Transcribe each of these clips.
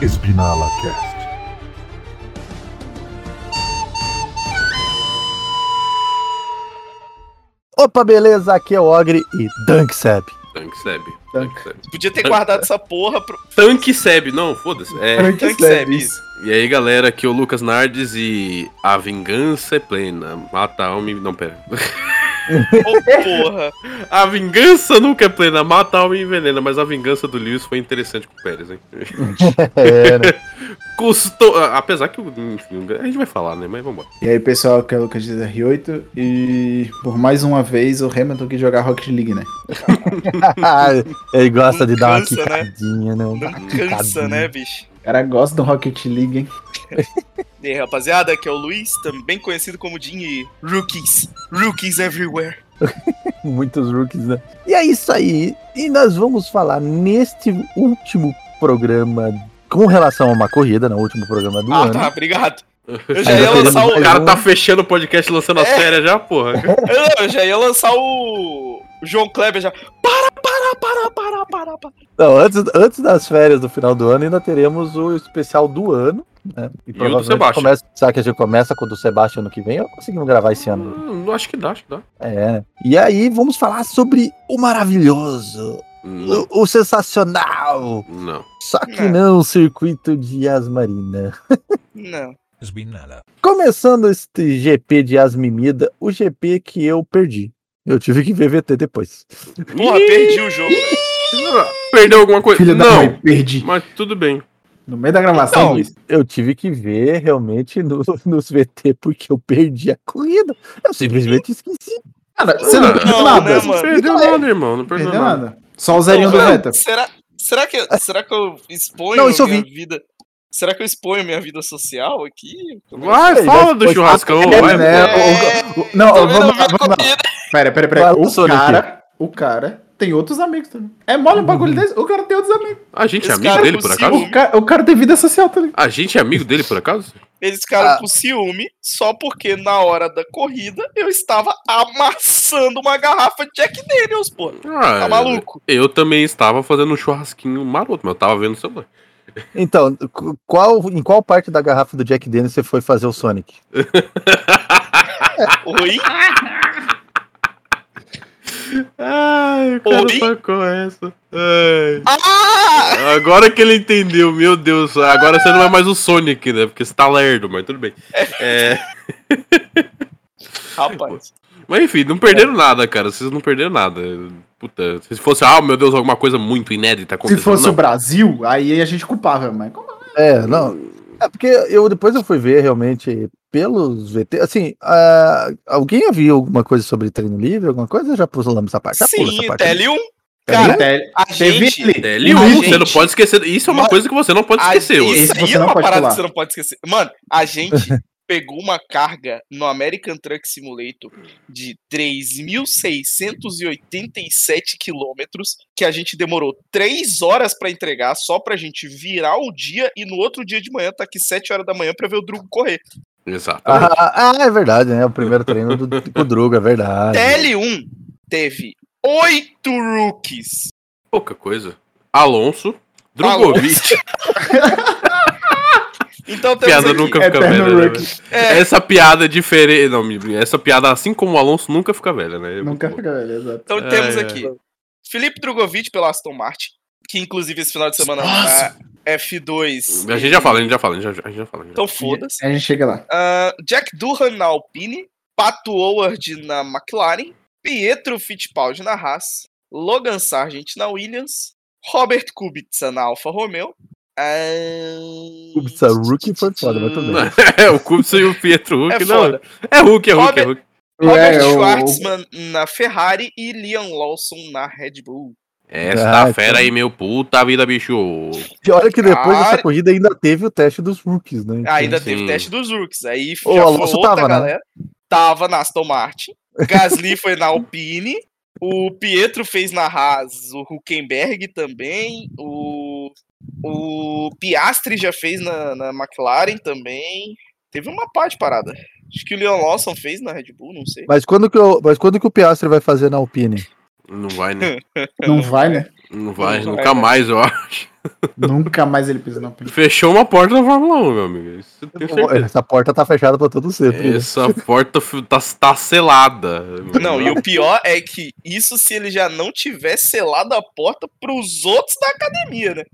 Espinala Cast. Opa, beleza? Aqui é o Ogre e Dunk Seb. Tanque Seb. Tanque. Tanque Seb. Podia ter guardado essa porra pro. Tanque Seb, não, foda-se. É, Frank Frank Seb. Sebes. e aí, galera, aqui é o Lucas Nardes e a vingança é plena. Mata a alma e... Não, pera. Ô, porra. A vingança nunca é plena, mata a alma e envenena, mas a vingança do Lewis foi interessante com o Pérez, hein? É, né? Custou... ah, Apesar que o... enfim, A gente vai falar, né? Mas vambora. E aí, pessoal, aqui é o Lucas de R8 e por mais uma vez o Hamilton que jogar Rocket League, né? Ele gosta de Não dar uma cansa, né? quicadinha, né? Não Uma cansa, quicadinha. né, bicho? O cara gosta do Rocket League, hein? E aí, rapaziada, aqui é o Luiz, também conhecido como Jim e Rookies. Rookies everywhere. Muitos rookies, né? E é isso aí. E nós vamos falar neste último programa com relação a uma corrida, no último programa do Ah, ano. tá, obrigado. Eu já Aí ia já lançar fizemos o. O cara tá fechando o podcast lançando É. as férias já, É porra. Eu, eu já ia lançar o. o João Kleber já. Para, para, para, para, para, para. Não, antes, antes das férias do final do ano, ainda teremos o especial do ano. Né? E, Sebastião. começa, será que a gente começa com o do Sebastião ano que vem? Eu conseguimos gravar esse ano. Hum, Não acho que dá, acho que dá. É. E aí vamos falar sobre o maravilhoso, Não. o, o sensacional, não. só que não o circuito de Asmarina. Não. Começando este GP de Asmimida, o GP que eu perdi. Eu tive que ver VT depois. Porra, perdi o jogo. velho. Ah, Perdeu alguma coisa? Filho da não. mãe, perdi. Mas tudo bem. No meio da gravação, Então, Luiz. Eu tive que ver realmente no- nos VT porque eu perdi a corrida. Eu simplesmente esqueci. Cara, você não não, perdeu não, nada. né, você Não mano? perdeu Não, nada, irmão. Não não perdeu perdeu nada. nada. Só o zerinho do Não, Veta. Será, será, que, será que eu exponho Não, isso eu minha vi. vida? Será que eu exponho minha vida social aqui? Vai, Ele fala vai- do vai- churrascão. Ele vai, né? vai. o- o- não, Tô Tá vendo vamos a lá, vida vamos lá. comida. Pera, Vai pera, pera. lá, O Sonic. cara, o cara tem outros amigos também. É mole um bagulho desse? O cara tem outros amigos. A gente é Esse amigo cara dele, por possível. acaso? O cara, o cara tem vida social também. A gente é amigo dele, por acaso? Eles ficaram Ah. com ciúme só porque na hora da corrida eu estava amassando uma garrafa de Jack Daniels, pô. Ah, É. Tá maluco? Eu também estava fazendo um churrasquinho maroto, mas eu tava vendo o celular. Então, cu- qual, em qual parte da garrafa do Jack Dennis você foi fazer o Sonic? Oi? Ai, o cara sacou essa. Ah! Agora que ele entendeu, meu Deus. Agora você não é mais o Sonic, né? Porque você tá lerdo, mas tudo bem. É, Rapaz. Mas enfim, não perderam nada, cara. Vocês não perderam nada. Puta, se fosse, ah, meu Deus, alguma coisa muito inédita Se acontecendo. fosse não. o Brasil, aí a gente culpava, mas como É, não. É porque eu depois eu fui ver realmente pelos VT. Assim, ah, alguém já viu alguma coisa sobre treino livre? Alguma coisa? Já pulamos essa parte? Já pula Sim, essa parte. TL1, Cara, cara, a é? teve gente. ele. É, Liu, Não, você não gente. pode esquecer. Isso é uma Mas- coisa que você não pode a- esquecer hoje. Esse Isso aí você é não uma pode parada pular. que você não pode esquecer. Mano, a gente pegou uma carga no American Truck Simulator de 3.687 quilômetros que a gente demorou 3 horas pra entregar só pra gente virar o dia e no outro dia de manhã tá aqui 7 horas da manhã pra ver o Drugo correr. Exato. Ah, ah, é verdade, né? O primeiro treino do, com o Druga, é Tá verdade. TL1 teve 8 rookies. Pouca coisa. Alonso, Drogovic. Então temos piada aqui. nunca fica Eterno velha. Né, rookie. velho? é. Essa piada é diferente. Não, me- essa piada, assim como o Alonso, nunca fica velha, né? É Nunca muito fica velho, exato. Então É, temos é. aqui Felipe Drogovic pelo Aston Martin, que inclusive esse final de semana a F2. bom. A gente já fala, a gente já fala, a gente já, a gente já fala. a gente já Então foda-se. A gente chega lá. Ah, Jack Durham na Alpine, Pato Howard na McLaren, Pietro Fittipaldi na Haas, Logan Sargent na Williams, Robert Kubica na Alfa Romeo. ah, Kubica Rookie foi foda, mas tudo bem. fala. É, o Kubica e o Pietro Hulk, É não. foda. É Hulk, é Hulk, é Robert- Hulk. Robert É, o- Schwartzman na Ferrari e Liam Lawson na Red Bull. É, Essa Ah, tá então. fera aí, meu puta vida, bicho. E olha que depois dessa Cara. corrida ainda teve o teste dos rookies, né? Então, Ainda Sim. teve teste dos Rooks. Aí já O foi Alonso outra tava, né? galera. Tava na Aston Martin. Gasly foi na Alpine. O Pietro fez na Haas. O Huckenberg também. O, o Piastri já fez na, na McLaren também. Teve uma pá de parada. Acho que o Leon Lawson fez na Red Bull, não sei. Mas quando, que o, mas quando que o Piastri vai fazer na Alpine? Não vai, né? Não vai, né? Não vai, Não vai, nunca né? mais, eu acho. Nunca mais ele pisa na pista. Fechou uma porta da Fórmula 1, meu amigo. Isso eu tenho certeza. Essa porta tá fechada pra todo É. sempre. né? Essa porta fi- tá, tá selada. Não, e o pior é que isso se ele já não tiver selado a porta pros outros da academia, né?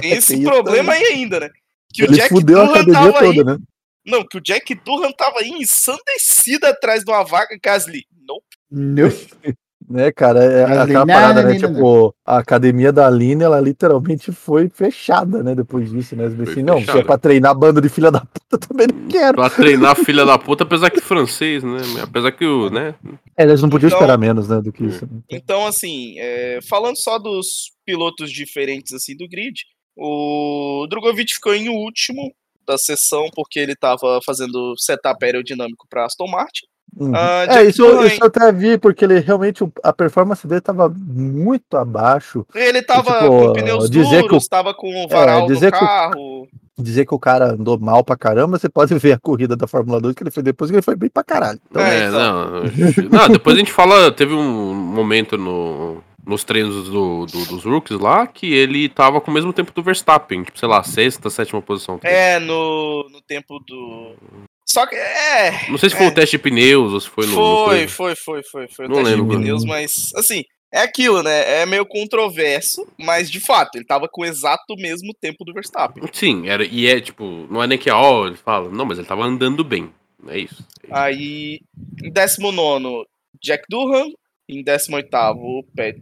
Tem esse isso problema aí ainda, né? Que o Ele Jack fudeu a Durhan academia tava aí. toda, né? Não, que o Jack Durhan tava aí ensandecido atrás de uma vaga, Gasly. Não. Nope. Né, cara? É Mas aquela ele- parada, não, né? não, não, Tipo, a academia da Aline, ela literalmente foi fechada, né? Depois disso, né? Eles assim, não, se é fechada. pra treinar bando de filha da puta, também não quero. Pra treinar a filha da puta, apesar que francês, né? Apesar que o, né? É, eles não podiam Então- esperar menos, né? Do que isso. né? Então, assim, é, falando só dos pilotos diferentes assim do grid, o Drogovic ficou em último da sessão porque ele tava fazendo setup aerodinâmico para Aston Martin. Uhum. Ah, É, Jack isso, eu- Durhan- isso eu até vi, porque ele realmente, o- a performance dele tava muito abaixo. Ele tava tipo, com pneus dizer que duros, o- é, tava com o varal dizer no que o- carro. Dizer que o cara andou mal pra caramba, você pode ver a corrida da Fórmula 2 que ele fez depois, que ele foi bem pra caralho. Então, É, É, então. não, não, depois a gente fala, teve um momento no, nos treinos do, do- dos rookies lá que ele tava com o mesmo tempo do Verstappen, tipo, sei lá, sexta, sétima posição. É, no, no tempo do. Só que. É. Não sei se foi é. o teste de pneus ou se foi no. no Foi, coisa. foi, foi, foi, foi. o Não teste de lembro quando. pneus, mas. Assim, é aquilo, né? É meio controverso, mas de fato, ele tava com o exato mesmo tempo do Verstappen. Sim, era, e é tipo, não é nem que a ó, ele fala, não, mas ele tava andando bem. É isso. Ah. Aí, em 19, Jack Durham. Em 18, Pat,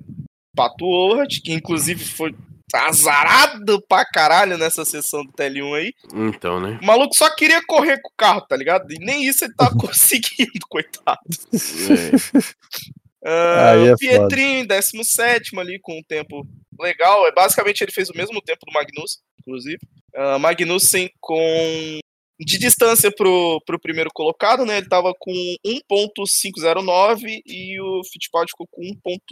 Pato Howard, que inclusive foi azarado pra caralho nessa sessão do TL1 aí. Então, né? O maluco só queria correr com o carro, tá ligado? E nem isso ele tava conseguindo, coitado. É, É. Ah, Aí é o Pietrinho, em 17 ali, com um tempo legal. É, Basicamente, ele fez o mesmo tempo do Magnus, inclusive. Ah, Magnussen com. De distância pro, pro primeiro colocado, né? Ele tava com 1.509 e o Fittipaldi ficou com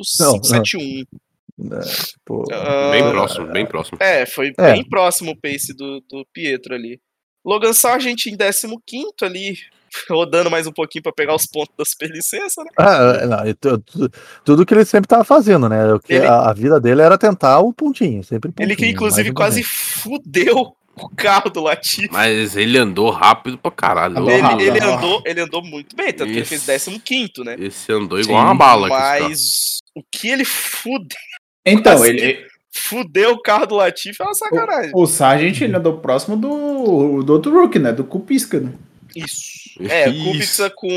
1.571. tipo, Ah, bem próximo, bem próximo. É, foi É. bem próximo o pace do, do Pietro ali. Logan Sargent em 15 ali, rodando mais um pouquinho pra pegar os pontos da superlicença, né? Ah, não, eu- eu- tu- tudo que ele sempre tava fazendo, né? O que Ele- a, a vida dele era tentar o pontinho, sempre pontinho. Ele que inclusive Uhum, mais ou quase fudeu o carro do Latifi. Mas ele andou rápido pra caralho. Andou Ô, Ele, ele Ah. andou, ele andou muito bem, tanto que ele fez Isso. 15 né? Esse andou igual Sim, uma bala. com esse carro. Mas o que ele fude- Então, Assim, ele, fudeu o carro do Latifi é uma sacanagem. o Sargent ele andou próximo do, do outro Rook, né? Do Kupiska, né? Isso. É, Isso. Kubica com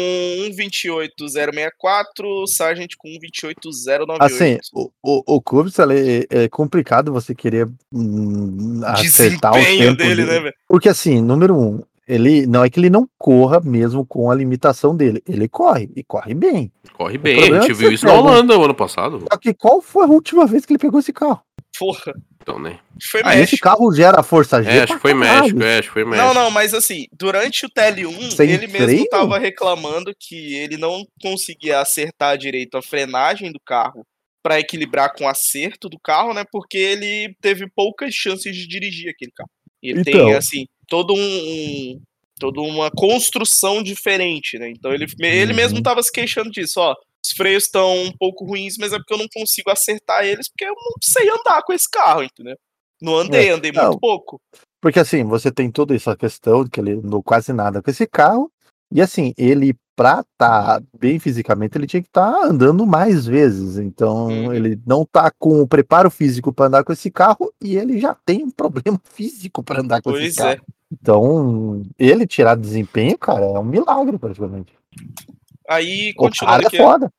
1.28.064, Sargent com 1.28.098. Assim, o, o, o Kubica, ele é, é complicado você querer hum, acertar o tempo Desempenho dele, né, velho? Porque assim, número um, ele não é que ele não corra mesmo com a limitação dele, ele corre e corre bem. Corre bem, a problema é gente que viu você isso na pega um- Holanda o ano passado. Só que qual foi a última vez que ele pegou esse carro? Porra, Então, né? foi Ah, esse México. carro gera força G. É, acho pra que foi caralho. México, é, acho que foi México. Não, não, mas assim, durante o TL1, Sem ele mesmo freio? tava reclamando que ele não conseguia acertar direito a frenagem do carro para equilibrar com o acerto do carro, né? Porque ele teve poucas chances de dirigir aquele carro. E Ele tem, Então. assim, todo um. um- toda uma construção diferente, né? Então ele, ele mesmo Uhum. tava se queixando disso, ó. Os freios estão um pouco ruins, mas é porque eu não consigo acertar eles, porque eu não sei andar com esse carro, entendeu? Não andei, andei muito É, não. pouco. Porque assim, você tem toda essa questão de que ele andou quase nada com esse carro. E assim, ele, pra tá bem fisicamente, ele tinha que estar andando mais vezes. Então, Uhum. ele não tá com o preparo físico pra andar com esse carro e ele já tem um problema físico pra andar com Pois esse carro. é. Então, ele tirar desempenho, cara, é um milagre praticamente. Aí, O continuando cara é aqui, foda.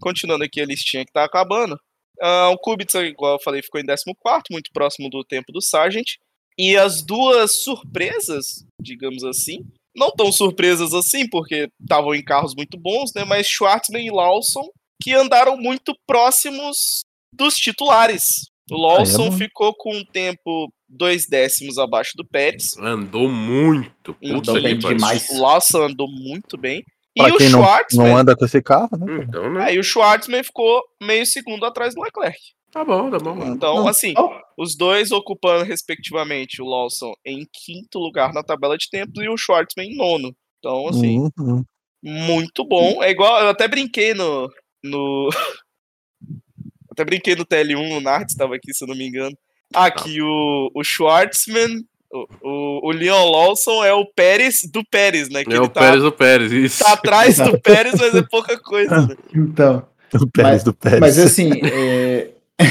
continuando aqui a listinha que tá acabando. ah, o Kubica, igual eu falei, ficou em 14, muito próximo do tempo do Sargent. E as duas surpresas, digamos assim, não tão surpresas assim, porque estavam em carros muito bons, né? Mas Schwartzman e Lawson, que andaram muito próximos dos titulares. O Lawson é bom. ficou com um tempo dois décimos abaixo do Pérez. Andou muito. Puta Andou ali, bem parece. demais. O Lawson andou muito bem. E Pra o quem não- Schwartzman. Não anda com esse carro, né? Hum, Então, né? Aí o Schwartzman ficou meio segundo atrás do Leclerc. Tá bom, tá bom. mano. Então, Não. assim, Oh. os dois ocupando, respectivamente, o Lawson em quinto lugar na tabela de tempos e o Schwartzman em nono. Então, assim, Uhum. muito bom. É igual, eu até brinquei no. no... até brinquei no TL1, o Nart estava aqui, se eu não me engano. Aqui o, o Schwartzman, o, o, o Leon Lawson é o Pérez do Pérez, né? Que É ele o tá, Pérez do Pérez, isso. tá atrás do Pérez, mas é pouca coisa. Né? Então. O Pérez do Pérez. Mas assim, é,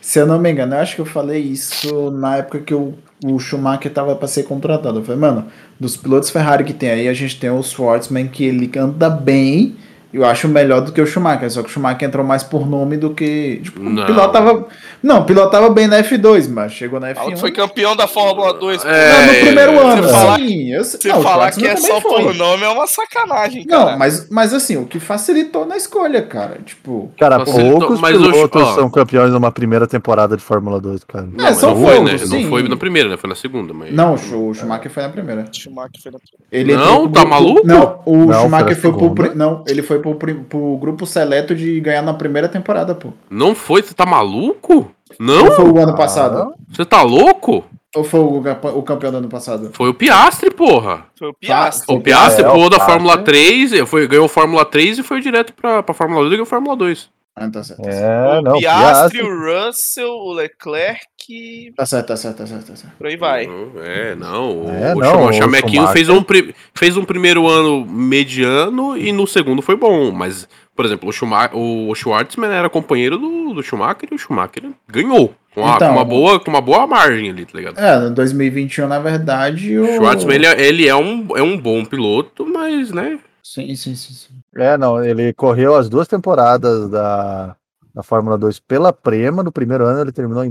se eu não me engano, eu acho que eu falei isso na época que o, o Schumacher tava para ser contratado. Eu falei, mano, dos pilotos Ferrari que tem aí, a gente tem o Schwartzman que ele anda bem. Eu acho melhor do que o Schumacher, só que o Schumacher entrou mais por nome do que. Tipo, Não. o piloto tava. Não, o piloto tava bem na F2, mas chegou na Fala F1. que foi campeão da Fórmula 2. pô. É, Não, no primeiro ano, Você falar, sim. eu sei- você não, o falar que Schwartzman é também só foi. por nome é uma sacanagem, cara. Não, mas, mas assim, o que facilitou na escolha, cara. Tipo. Cara, Nossa, poucos então, mas o- pilotos ó. são campeões numa primeira temporada de Fórmula 2, cara. Não, mas É, são não foi, poucos, né? sim. Não foi na primeira, né? Foi na segunda, mas. Não, o Schu- o Schumacher foi na primeira. Schumacher foi na Ele Não, entrou pro tá grupo- maluco? Não, o Não, foi Schumacher na foi pro, segunda. pri- não, ele foi pro, pri- pro grupo seleto de ganhar na primeira temporada, pô. Não foi? Você tá maluco? Ou Não? foi o ano Ah. passado? Você tá louco? Ou foi o, gapa- o campeão do ano passado? Tá, Foi o Piastre, porra. Foi Ah, o Piastri. O Piastri É, pulou o da Piastri. Fórmula 3, e foi, ganhou Fórmula 3 e foi direto pra, pra Fórmula 2 e ganhou Fórmula 2. Ah, tá certo. tá certo. É, não, o Piastri, Piastri. o Russell, o Leclerc, e Tá certo, tá certo, tá certo, tá certo. por aí vai. Não, É, não. O, É, o não, Chama- o Chamequinho Schumacher. fez um, pri- fez um primeiro ano mediano e no segundo foi bom. Mas, por exemplo, o, Schuma, o Schwartzman era companheiro do, do Schumacher e o Schumacher ganhou. Com, a- Então. com uma boa, com uma boa margem ali, tá ligado? É, no 2021, na verdade, o... O Schwartzman, ele, é- ele é, um, é um bom piloto, mas, né? Sim, sim, sim. sim. É, não, ele correu as duas temporadas da, da Fórmula 2 pela Prema. No primeiro ano ele terminou em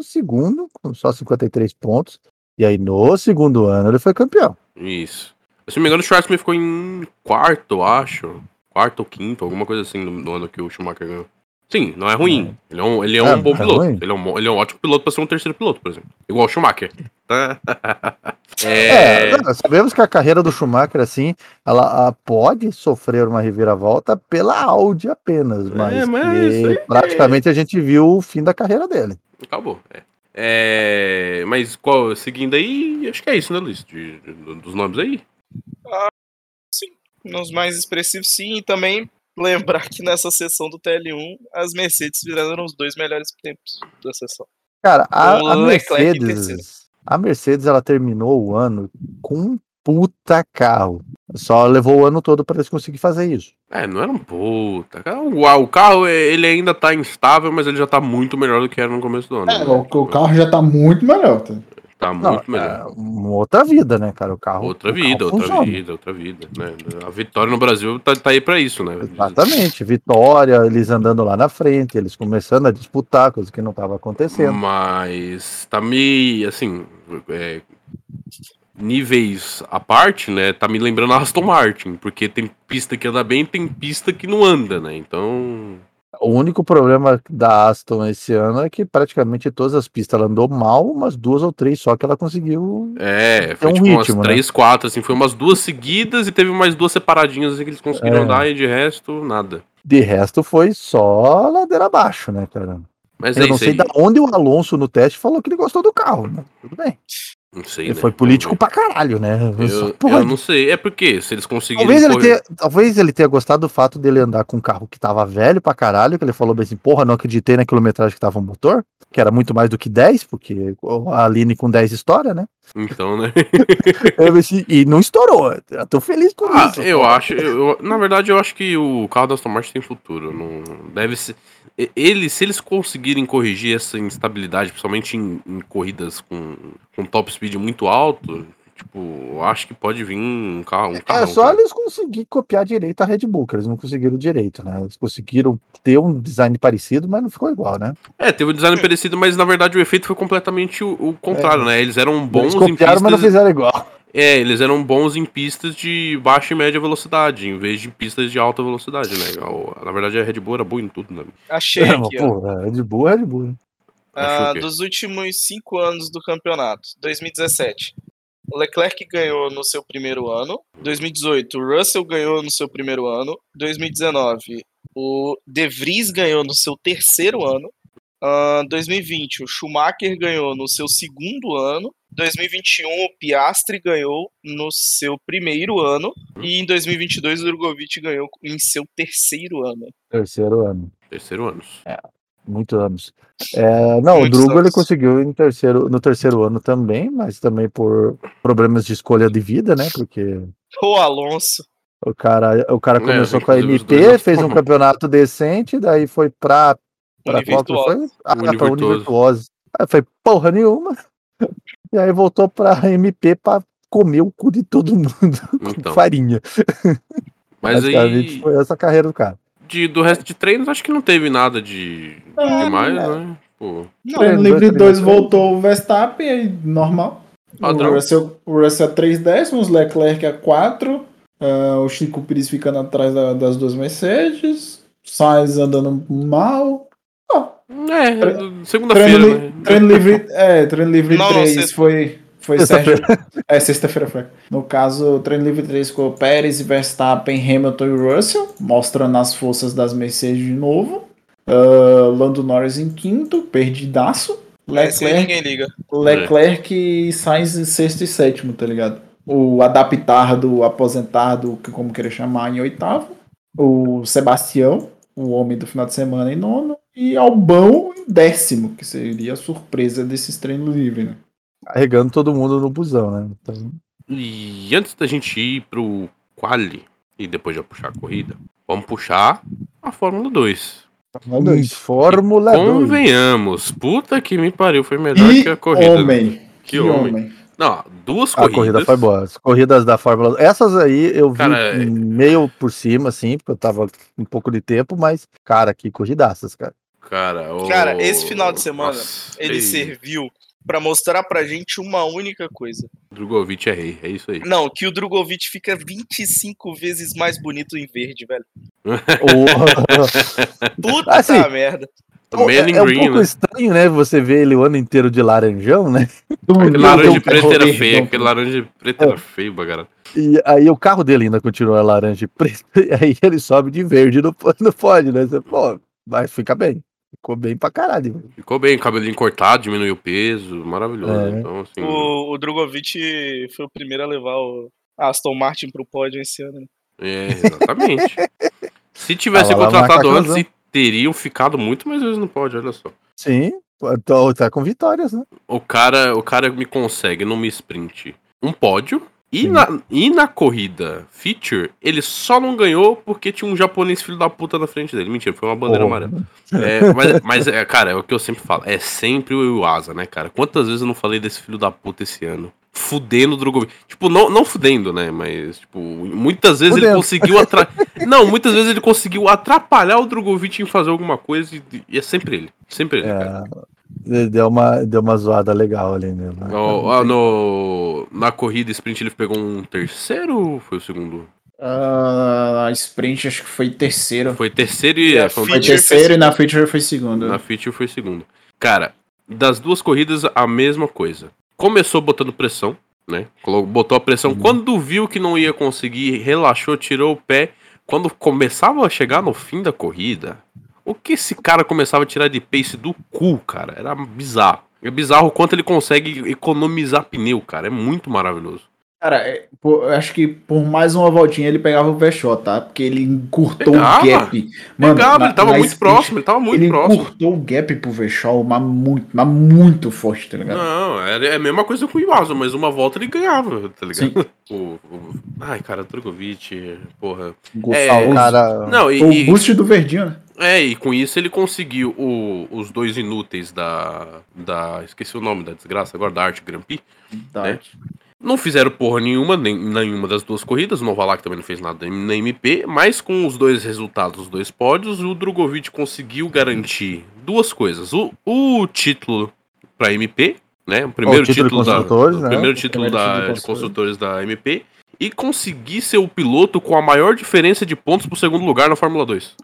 12º, com só 53 pontos. E aí no segundo ano ele foi campeão. Isso. Se não me engano, o Schwartzman ficou em quarto, eu acho. Quarto ou quinto, alguma coisa assim, no, no ano que o Schumacher ganhou. Sim, não é ruim. Ele é um, ele é um É, bom não é piloto. ruim. Ele, é um, bom- ele é um ótimo piloto pra ser um terceiro piloto, por exemplo. Igual o Schumacher. Tá? É, é, nós sabemos que a carreira do Schumacher, assim, ela, ah, pode sofrer uma reviravolta pela Audi apenas, mas, mas que isso aí- praticamente a gente viu o fim da carreira dele. acabou. É. É, mas qual, seguindo aí, acho que é isso, né, Luiz? De- de- dos nomes aí. Nos mais expressivos, sim. E também lembrar que nessa sessão do TL1, as Mercedes fizeram os dois melhores tempos da sessão. Cara, a, a O Leclerc em terceiro. Mercedes, a Mercedes, ela terminou o ano com um puta carro. Só levou o ano todo para eles conseguirem fazer isso. É, não era um puta. cara. O, o carro, é, ele ainda tá instável, mas ele já tá muito melhor do que era no começo do ano. É, né? o, o carro já tá muito melhor, tá? Tá Não, muito melhor. é uma outra vida, né, cara? O carro. Outra o carro vida, outra funciona. vida, outra vida. né? A vitória no Brasil tá, tá aí pra isso, né? Exatamente. tá Vitória, eles andando lá na frente, eles começando a disputar, coisa que não estava acontecendo. Mas tá me, assim, é, níveis à parte, né? Tá me lembrando a Aston Martin, porque tem pista que anda bem tem pista que não anda, né? Então. O único problema da Aston esse ano é que praticamente todas as pistas ela andou mal, umas duas ou três só que ela conseguiu. É, foi um tipo ritmo, umas né? três, quatro, assim, foi umas duas seguidas e teve mais duas separadinhas assim, que eles conseguiram É. andar e de resto, nada. De resto, foi só ladeira abaixo, né, cara? Mas Eu é não isso sei aí. de onde o Alonso no teste falou que ele gostou do carro, né? Tudo bem. Não sei, Ele né? foi político pra caralho, né? Só Eu, pode. eu não sei. É porque se eles conseguirem. Talvez ele, correr- tenha, talvez ele tenha gostado do fato dele andar com um carro que tava velho pra caralho, que ele falou bem assim, porra, não acreditei na quilometragem que tava o motor, que era muito mais do que 10, porque a Aline com 10 estoura, né? Então, né? Eu falei assim, e não estourou. Eu tô feliz com Ah, isso. eu acho, eu- na verdade, eu acho que o carro da Aston Martin tem futuro. Não deve ser. e- Ele, se eles conseguirem corrigir essa instabilidade, principalmente em, em corridas com, com top speed muito alto, tipo, eu acho que pode vir um carro. Um É carrão, só cara. eles conseguirem copiar direito a Red Bull, que eles não conseguiram direito, né? Eles conseguiram ter um design parecido, mas não ficou igual, né? É, teve um design parecido, mas na verdade o efeito foi completamente o, o contrário, né? Eles eram bons É. eles copiaram, mas não fizeram igual. É, eles eram bons em pistas de baixa e média velocidade, em vez de pistas de alta velocidade, né? O- Na verdade, a Red Bull era boa em tudo, né? Achei aqui, ó. Pô, Red Bull, Red Bull. né? Ah, Achou o quê? dos últimos cinco anos do campeonato, 2017. O Leclerc ganhou no seu primeiro ano. 2018, o Russell ganhou no seu primeiro ano. 2019, o De Vries ganhou no seu terceiro ano. Ah, 2020, o Schumacher ganhou no seu segundo ano. 2021, o Piastri ganhou no seu primeiro ano. E em 2022, o Drogovic ganhou em seu terceiro ano. Terceiro ano. Terceiro ano. muitos anos. É, não, o Muitos Drugo ele anos. conseguiu em terceiro, no terceiro ano também, mas também por problemas de escolha de vida, né? Porque O Alonso. o cara, o cara É, começou os com a dois- os MP, dois- fez um campeonato decente, daí foi pra. pra qual que Univirtuoso. foi? Ah, pra Univirtuoso. Univirtuose. Aí foi porra nenhuma. E aí voltou pra MP pra comer o cu de todo mundo com Então, farinha. mas aí, Basicamente, foi essa a carreira do cara. de- do resto de treinos, acho que não teve nada de É, demais, é. né? Pô, Não, no livre 2 voltou o Verstappen, aí, normal. Padrão. O Russell, o Russell a 3 décimos, Leclerc a 4, ah, o Chico Pires ficando atrás da- das duas Mercedes, Sainz andando mal. Ah, é, segunda-feira, treino, li- né? treino livre, é, treino livre Não, não, 3 sexta. foi, foi Sexta-feira. Sérgio. É, sexta-feira foi. No caso, o treino livre 3 ficou Pérez, Verstappen, Hamilton e Russell, mostrando as forças das Mercedes de novo. Ah, Lando Norris em quinto, perdidaço. Esse aí Leclerc ninguém liga. Leclerc e Sainz em sexto e sétimo, tá ligado? O adaptardo, aposentado, que- como querer chamar, em oitavo. O Sebastião, o homem do final de semana, em nono. E Albão em décimo, que seria a surpresa desses treinos livres, né? Carregando todo mundo no busão, né? Então, E antes da gente ir pro quali e depois já puxar a corrida, vamos puxar a Fórmula 2. Hum, Fórmula Tá 2. Convenhamos, puta que me pariu, foi melhor que a corrida. homem, Que, homem. Não, duas A corridas. Ah, corrida foi boa. As corridas da Fórmula Essas aí eu vi um Cara, é- meio por cima, assim, porque eu tava um pouco de tempo, mas, cara, que corridaças, cara. Cara, o- Cara, esse final de semana, Nossa, Ele ei, serviu pra mostrar pra gente uma única coisa. Drogovic é rei, é isso aí. Não, que o Drogovic fica 25 vezes mais bonito em verde, velho. O- Puta Assim, merda. O é, Man in é um Green, pouco né? estranho, né? Você vê ele o ano inteiro de laranjão, né? Aquele Não, laranja eu- preta eu- era eu- feio, eu- aquele laranja preta É. era feio, bagara. E aí o carro dele ainda continua laranja e preto, e aí ele sobe de verde no, no pódio, né? Você, pô, mas fica bem. Ficou bem pra caralho. velho. Ficou bem, cabelinho cortado, diminuiu o peso, maravilhoso. É. Então, assim, O, o Drogovic foi o primeiro a levar o Aston Martin pro pódio esse ano. né? é, exatamente. Se tivesse Ah, lá, lá, contratado macaco antes, azul. teriam ficado muito mais vezes no pódio, olha só. Sim, então tá com vitórias, né? O cara, o cara me consegue numa sprint um pódio. E Sim. na, e na corrida feature, ele só não ganhou porque tinha um japonês filho da puta na frente dele. Mentira, foi uma bandeira Porra. amarela. É, mas, mas, é, cara, é o que eu sempre falo. É sempre o Iwasa, né, cara? Quantas vezes eu não falei desse filho da puta esse ano? Fudendo o Drogovic. Tipo, não, não fudendo, né? Mas, tipo, muitas vezes ele Fudendo. conseguiu atrapalhar. não, muitas vezes ele conseguiu atrapalhar o Drogovic em fazer alguma coisa e, e é sempre ele. Sempre ele, cara. É, deu, uma, deu uma zoada legal ali mesmo. né? No, ah, no- na corrida sprint ele pegou um terceiro ou foi o segundo? Ah, a sprint acho que foi terceiro. Foi terceiro e E é, a foi um Foi feature terceiro e na feature foi segundo. Na feature foi segundo. Cara, das duas corridas, a mesma coisa. Começou botando pressão, né? Colo- Botou a pressão. Quando viu que não ia conseguir, relaxou, tirou o pé. Quando começava a chegar no fim da corrida, o que esse cara começava a tirar de pace do cu, cara? Era bizarro. É bizarro o quanto ele consegue economizar pneu, cara. É muito maravilhoso. Cara, é, pô, eu acho que por mais uma voltinha ele pegava o Vechó, tá? Porque ele encurtou Pegava. o gap. Legal, na- ele tava na muito sprint, próximo, ele tava muito ele próximo. encurtou o gap pro Vechó, mas muito, mas muito forte, tá ligado? Não, era- é a mesma coisa com o Iwazo, mas uma volta ele ganhava, tá Sim. ligado? O- o- ai, cara, Drogovic, porra. Gol É, famoso. Cara, Não, e, Foi e- o boost do Verdinho, né? é, e com isso ele conseguiu o- os dois inúteis da, da. Esqueci o nome da desgraça agora, da Arte Grand Prix. Tá. É. Não fizeram porra nenhuma, nem, nenhuma das duas corridas. O Novalak também não fez nada na MP, mas com os dois resultados, os dois pódios, o Drogovic conseguiu garantir duas coisas. O, o título pra MP, né? O primeiro título título, de da. construtores, o né? primeiro título primeiro da- título de de construtores da MP. E conseguir ser o piloto com a maior diferença de pontos pro segundo lugar na Fórmula 2.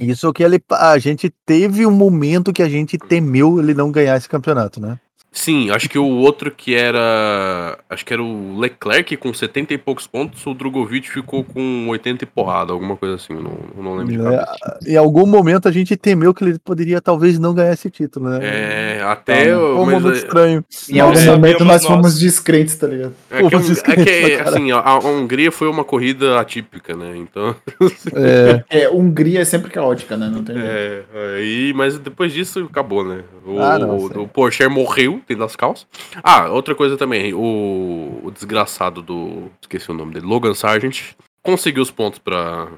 Isso que ele, a gente teve um momento que a gente temeu ele não ganhar esse campeonato, né? Sim, acho que o outro que era. Acho que era o Leclerc com 70 e poucos pontos, o Drogovic ficou com 80 e porrada, alguma coisa assim, não, não lembro de Né? cabeça. Em algum momento a gente temeu que ele poderia talvez não ganhar esse título, né? É, até. Foi um mas, momento é- estranho. Em Não algum sabemos momento nós nós. fomos descrentes, tá ligado? É que, Pô, vocês é que, querem pra assim, a, a Hungria foi uma corrida atípica, né? Então. É, Tipo, É, Hungria é sempre caótica, né? Não tem jeito. É, aí, mas depois disso acabou, né? O, Ah, não, o- sei. o Porsche morreu dentro das calças. Ah, outra coisa também, o, o desgraçado do. Esqueci o nome dele, Logan Sargent. Conseguiu os pontos pra,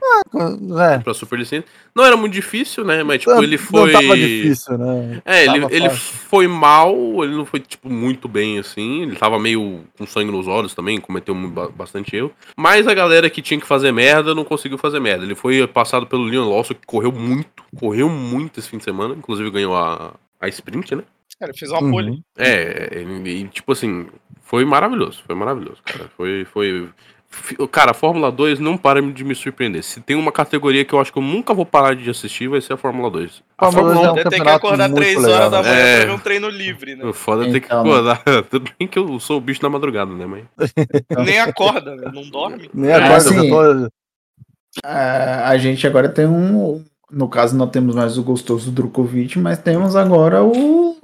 é. pra Super Licença. Não era muito difícil, né? Mas, tipo, Não- ele foi. Não tava difícil, né? É, ele, Tava ele fácil. foi mal, ele não foi, tipo, muito bem, assim. Ele tava meio com sangue nos olhos também, cometeu mu- ba- bastante erro. Mas a galera que tinha que fazer merda não conseguiu fazer merda. Ele foi passado pelo Leon Lawson, que correu muito, correu muito esse fim de semana. Inclusive ganhou a, a sprint, né? Cara, fez uma Uhum. bolha. É, ele, e, tipo assim, foi maravilhoso, foi maravilhoso, cara. Foi, foi... fi- Cara, a Fórmula 2 não para de me surpreender. Se tem uma categoria que eu acho que eu nunca vou parar de assistir, vai ser a Fórmula 2. A Fórmula Fórmula 1 2 é um Até tem que campeonato acordar muito 3 legal, horas da né? manhã É. pra ver um treino livre, né? O foda é ter que Então, né? acordar. Tudo bem que eu sou o bicho da madrugada, né, mãe? Nem acorda, né? não dorme. Nem acorda, assim, já tô- Ah, a gente agora tem um. No caso, não temos mais o gostoso Drogovic, mas temos agora o.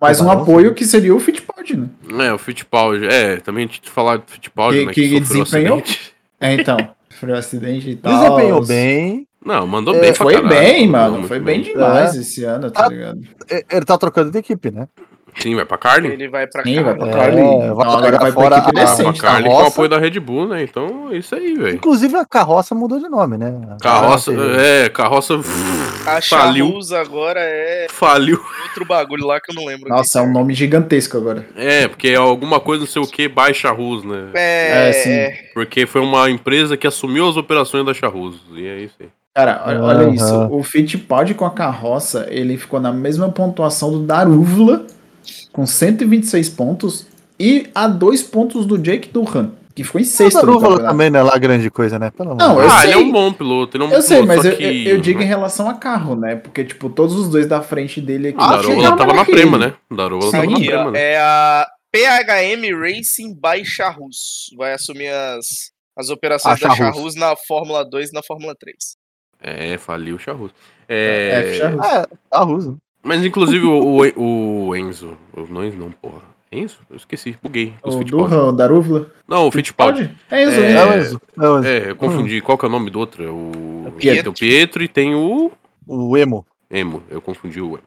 Mais um Barroso. apoio que seria o Fittipaldi, né? É, o Fittipaldi. É, também tinha que falar do Fittipaldi, Que- né? que sofreu um desempenhou? acidente. É, então. Sofreu um acidente e tal. Desempenhou bem. Não, mandou É, bem pra Foi caralho, bem, mandou mano. muito Foi bem demais esse ano, tá Ah, ligado? É, Ele tá trocando de equipe, né? Sim, vai pra Carlin. Ele vai pra Sim, vai pra É, Tá, Carly. vai Então agora vai fora pra equipe a- Ah, Pra decente. tá Carlin com o roça. apoio da Red Bull, né? Então é isso aí, velho. Inclusive a carroça mudou de nome, né? Carroça, é, carroça A faliu, Charruza agora é faliu. outro bagulho lá que eu não lembro. Nossa, é um nome gigantesco agora. É, porque é alguma coisa, não sei o que, baixa Charruz, né? É, É, sim. é. Porque foi uma empresa que assumiu as operações da Charruz. E é isso aí. Cara, olha, olha Aham. isso. O Fittipaldi com a carroça, ele ficou na mesma pontuação do Darúvula, com 126 pontos, e a dois pontos do Jake Durhan, que ficou em O sexto. no Darúvalo campeonato. Ah, também não é lá grande coisa, né? Pelo amor de Não, eu Deus. ah, ele é sei. um bom piloto. Ele é um Eu bom sei, piloto, mas só eu, que... eu- eu digo em relação a carro, né? Porque, tipo, todos os dois da frente dele aqui. é O Darola chegavam Ah, tava na naquele. prema, né? O Darola tava na Sim, Aqui, prema, ó, né? é a PHM Racing by Charruz. Vai assumir as, as operações A Ah, da Charruz. Charruz na Fórmula 2 e na Fórmula 3. É, faliu o Charrus. É, É... Charrus. É, Darúvalo. mas inclusive o, o, o Enzo. o- Não, Enzo não, porra. Enzo? Eu esqueci, buguei. Os O Fittipaldi. Durhan, o Darúvula. Não, o Fittipaldi. É isso, É, É o né? Enzo. É o Enzo. É, eu confundi. Qual que é o nome do outro? É O... Hum. Pietro. Tem o Pietro e tem o O Emo. Emo. Eu confundi o Emo. O-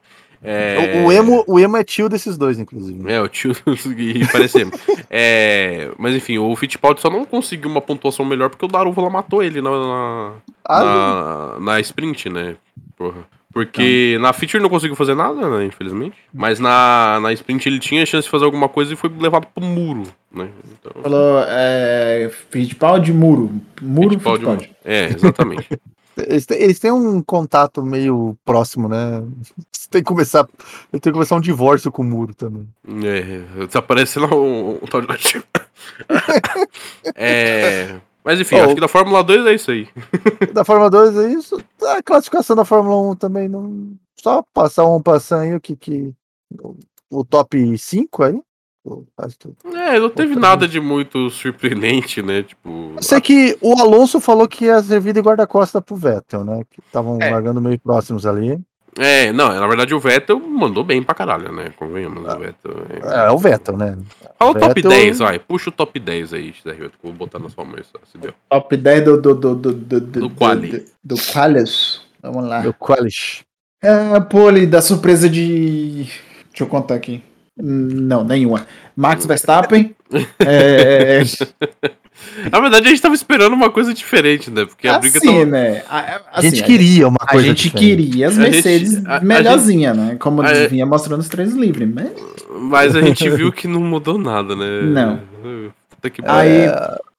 É... O, emo o Emo é tio desses dois, inclusive. É, o tio e parecemos. é, mas enfim, o Fittipaldi só não conseguiu uma pontuação melhor porque o Daruvala matou ele na- na, Ah, na, na sprint, né? Porra. Porque na feature ele não conseguiu fazer nada, né? Infelizmente. Mas na, na sprint ele tinha chance de fazer alguma coisa e foi levado pro muro, né? Então, Falou é, Fittipaldi, Muro. Muro, Fittipaldi- Fittipaldi. É, exatamente. eles, têm, eles têm um contato meio próximo, né? Você tem que começar. Tem que começar um divórcio com o muro também. é, tá parecendo um, um tal de latino. É. Mas enfim, Oh. acho que da Fórmula 2 é isso aí. Da Fórmula 2 é isso. A classificação da Fórmula 1 também não. Só passar um passanho que. que o, o top 5 aí. Eu acho que- É, não teve nada de muito surpreendente, né? Tipo. Eu sei que o Alonso falou que ia servir de guarda-costa pro Vettel, né? Que estavam É. largando meio próximos ali. É, não, na verdade o Vettel mandou bem pra caralho, né? Convenhamos, o Vettel. É, é o Vettel, né? Fala o top Vettel- é 10, vai. Puxa o top 10 aí, XR8, que eu vou botar na sua mão isso, se deu. Top 10 do. Do, do, do, do, Do quali. Do, do Qualis. Vamos lá. Do Qualish. É, Poli, da surpresa de. Deixa eu contar aqui. Hum, Não, nenhuma. Max Verstappen. é, Na verdade, a gente tava esperando uma coisa diferente, né? Porque a briga assim, tava. né? A, a- A assim, gente queria uma A coisa gente diferente. queria as A gente- Mercedes a- a melhorzinha, né? Como a- vinha mostrando os três livres, mas. Mas a gente viu que não mudou nada, né? Não. Puta que pariu. Aí,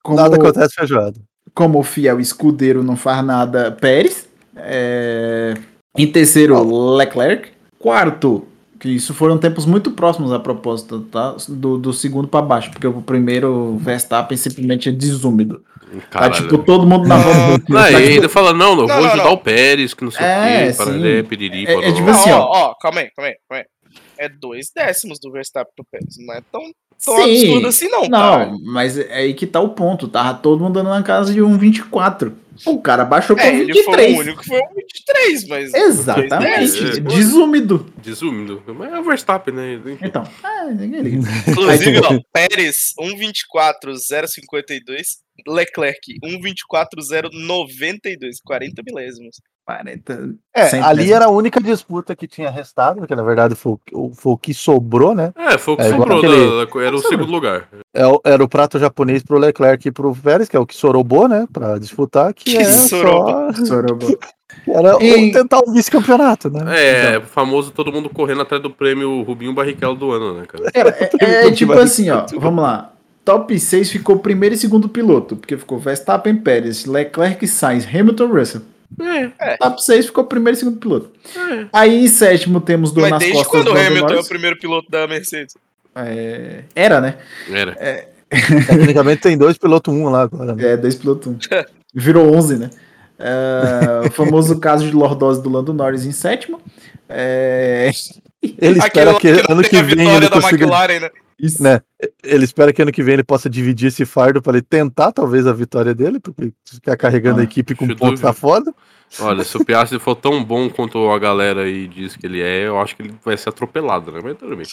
como, Nada acontece feijoada. como o fiel escudeiro não faz nada, Pérez. É, Em terceiro, Leclerc. Quarto, que isso foram tempos muito próximos a propósito, tá? Do, do segundo pra baixo, porque o primeiro Verstappen simplesmente é desúmido. Caralho. Tá tipo todo mundo na volta do Não, tá, e tipo, ainda fala, não, não, Não, vou não, ajudar não. o Pérez, que não sei É, o quê, sim. pararé, piriri, É- é pororó. tipo Não, assim, ó, ó, calma aí, calma aí, calma aí. é dois décimos do Verstappen pro Pérez. Não é tão, tão absurdo assim, não, cara. Não, mas é aí que tá o ponto. Tava todo mundo andando na casa de 1,24. O cara baixou pra É, ele foi o 23. único que foi um 23, mas. Exatamente. É, é. Desumido. Desumido. Mas é o Verstappen, né? Enfim. Então, É, ah, ninguém liga. Inclusive, ó, Pérez 1,24,052. Leclerc 1,24,092. 40 milésimos. 40. É, Sempre ali mesmo. era a única disputa que tinha restado, porque na verdade foi, o que- o- foi o que sobrou, né? É, foi o que É, igual sobrou. aquele- da- da- era o segundo lugar. É o- era o prato japonês pro Leclerc e pro Pérez, que é o que sorobou, né? Pra disputar, que, Que é sorobou. só... Sorobo. Era o- E- tentar o vice-campeonato, né? É, Então. o famoso todo mundo correndo atrás do prêmio Rubinho Barrichello do ano, né, cara? Cara, é- é, tipo assim, ó, vamos lá. Top 6 ficou primeiro e segundo piloto, porque ficou Verstappen, Pérez, Leclerc, Sainz, Hamilton, Russell. É, Top 6 ficou primeiro e segundo piloto. é. Aí em sétimo temos do Mas nas desde costas quando o Lando Hamilton é o Norris. primeiro piloto da Mercedes? É, era, né? Era. Tecnicamente tem dois pilotos um lá agora. Né? É, dois pilotos. um. Virou 11, né? É, o famoso caso de lordose do Lando Norris em sétimo. É, Ele espera lá que não ano teve que a vem vitória ele da consiga. McLaren, né? isso. Né? Ele espera que ano que vem ele possa dividir esse fardo para ele tentar talvez a vitória dele, porque ficar carregando a equipe com Acho pontos dúvida. tá foda. Olha, se o Piastri for tão bom quanto a galera aí diz que ele é, eu acho que ele vai ser atropelado, né? Mas tudo bem.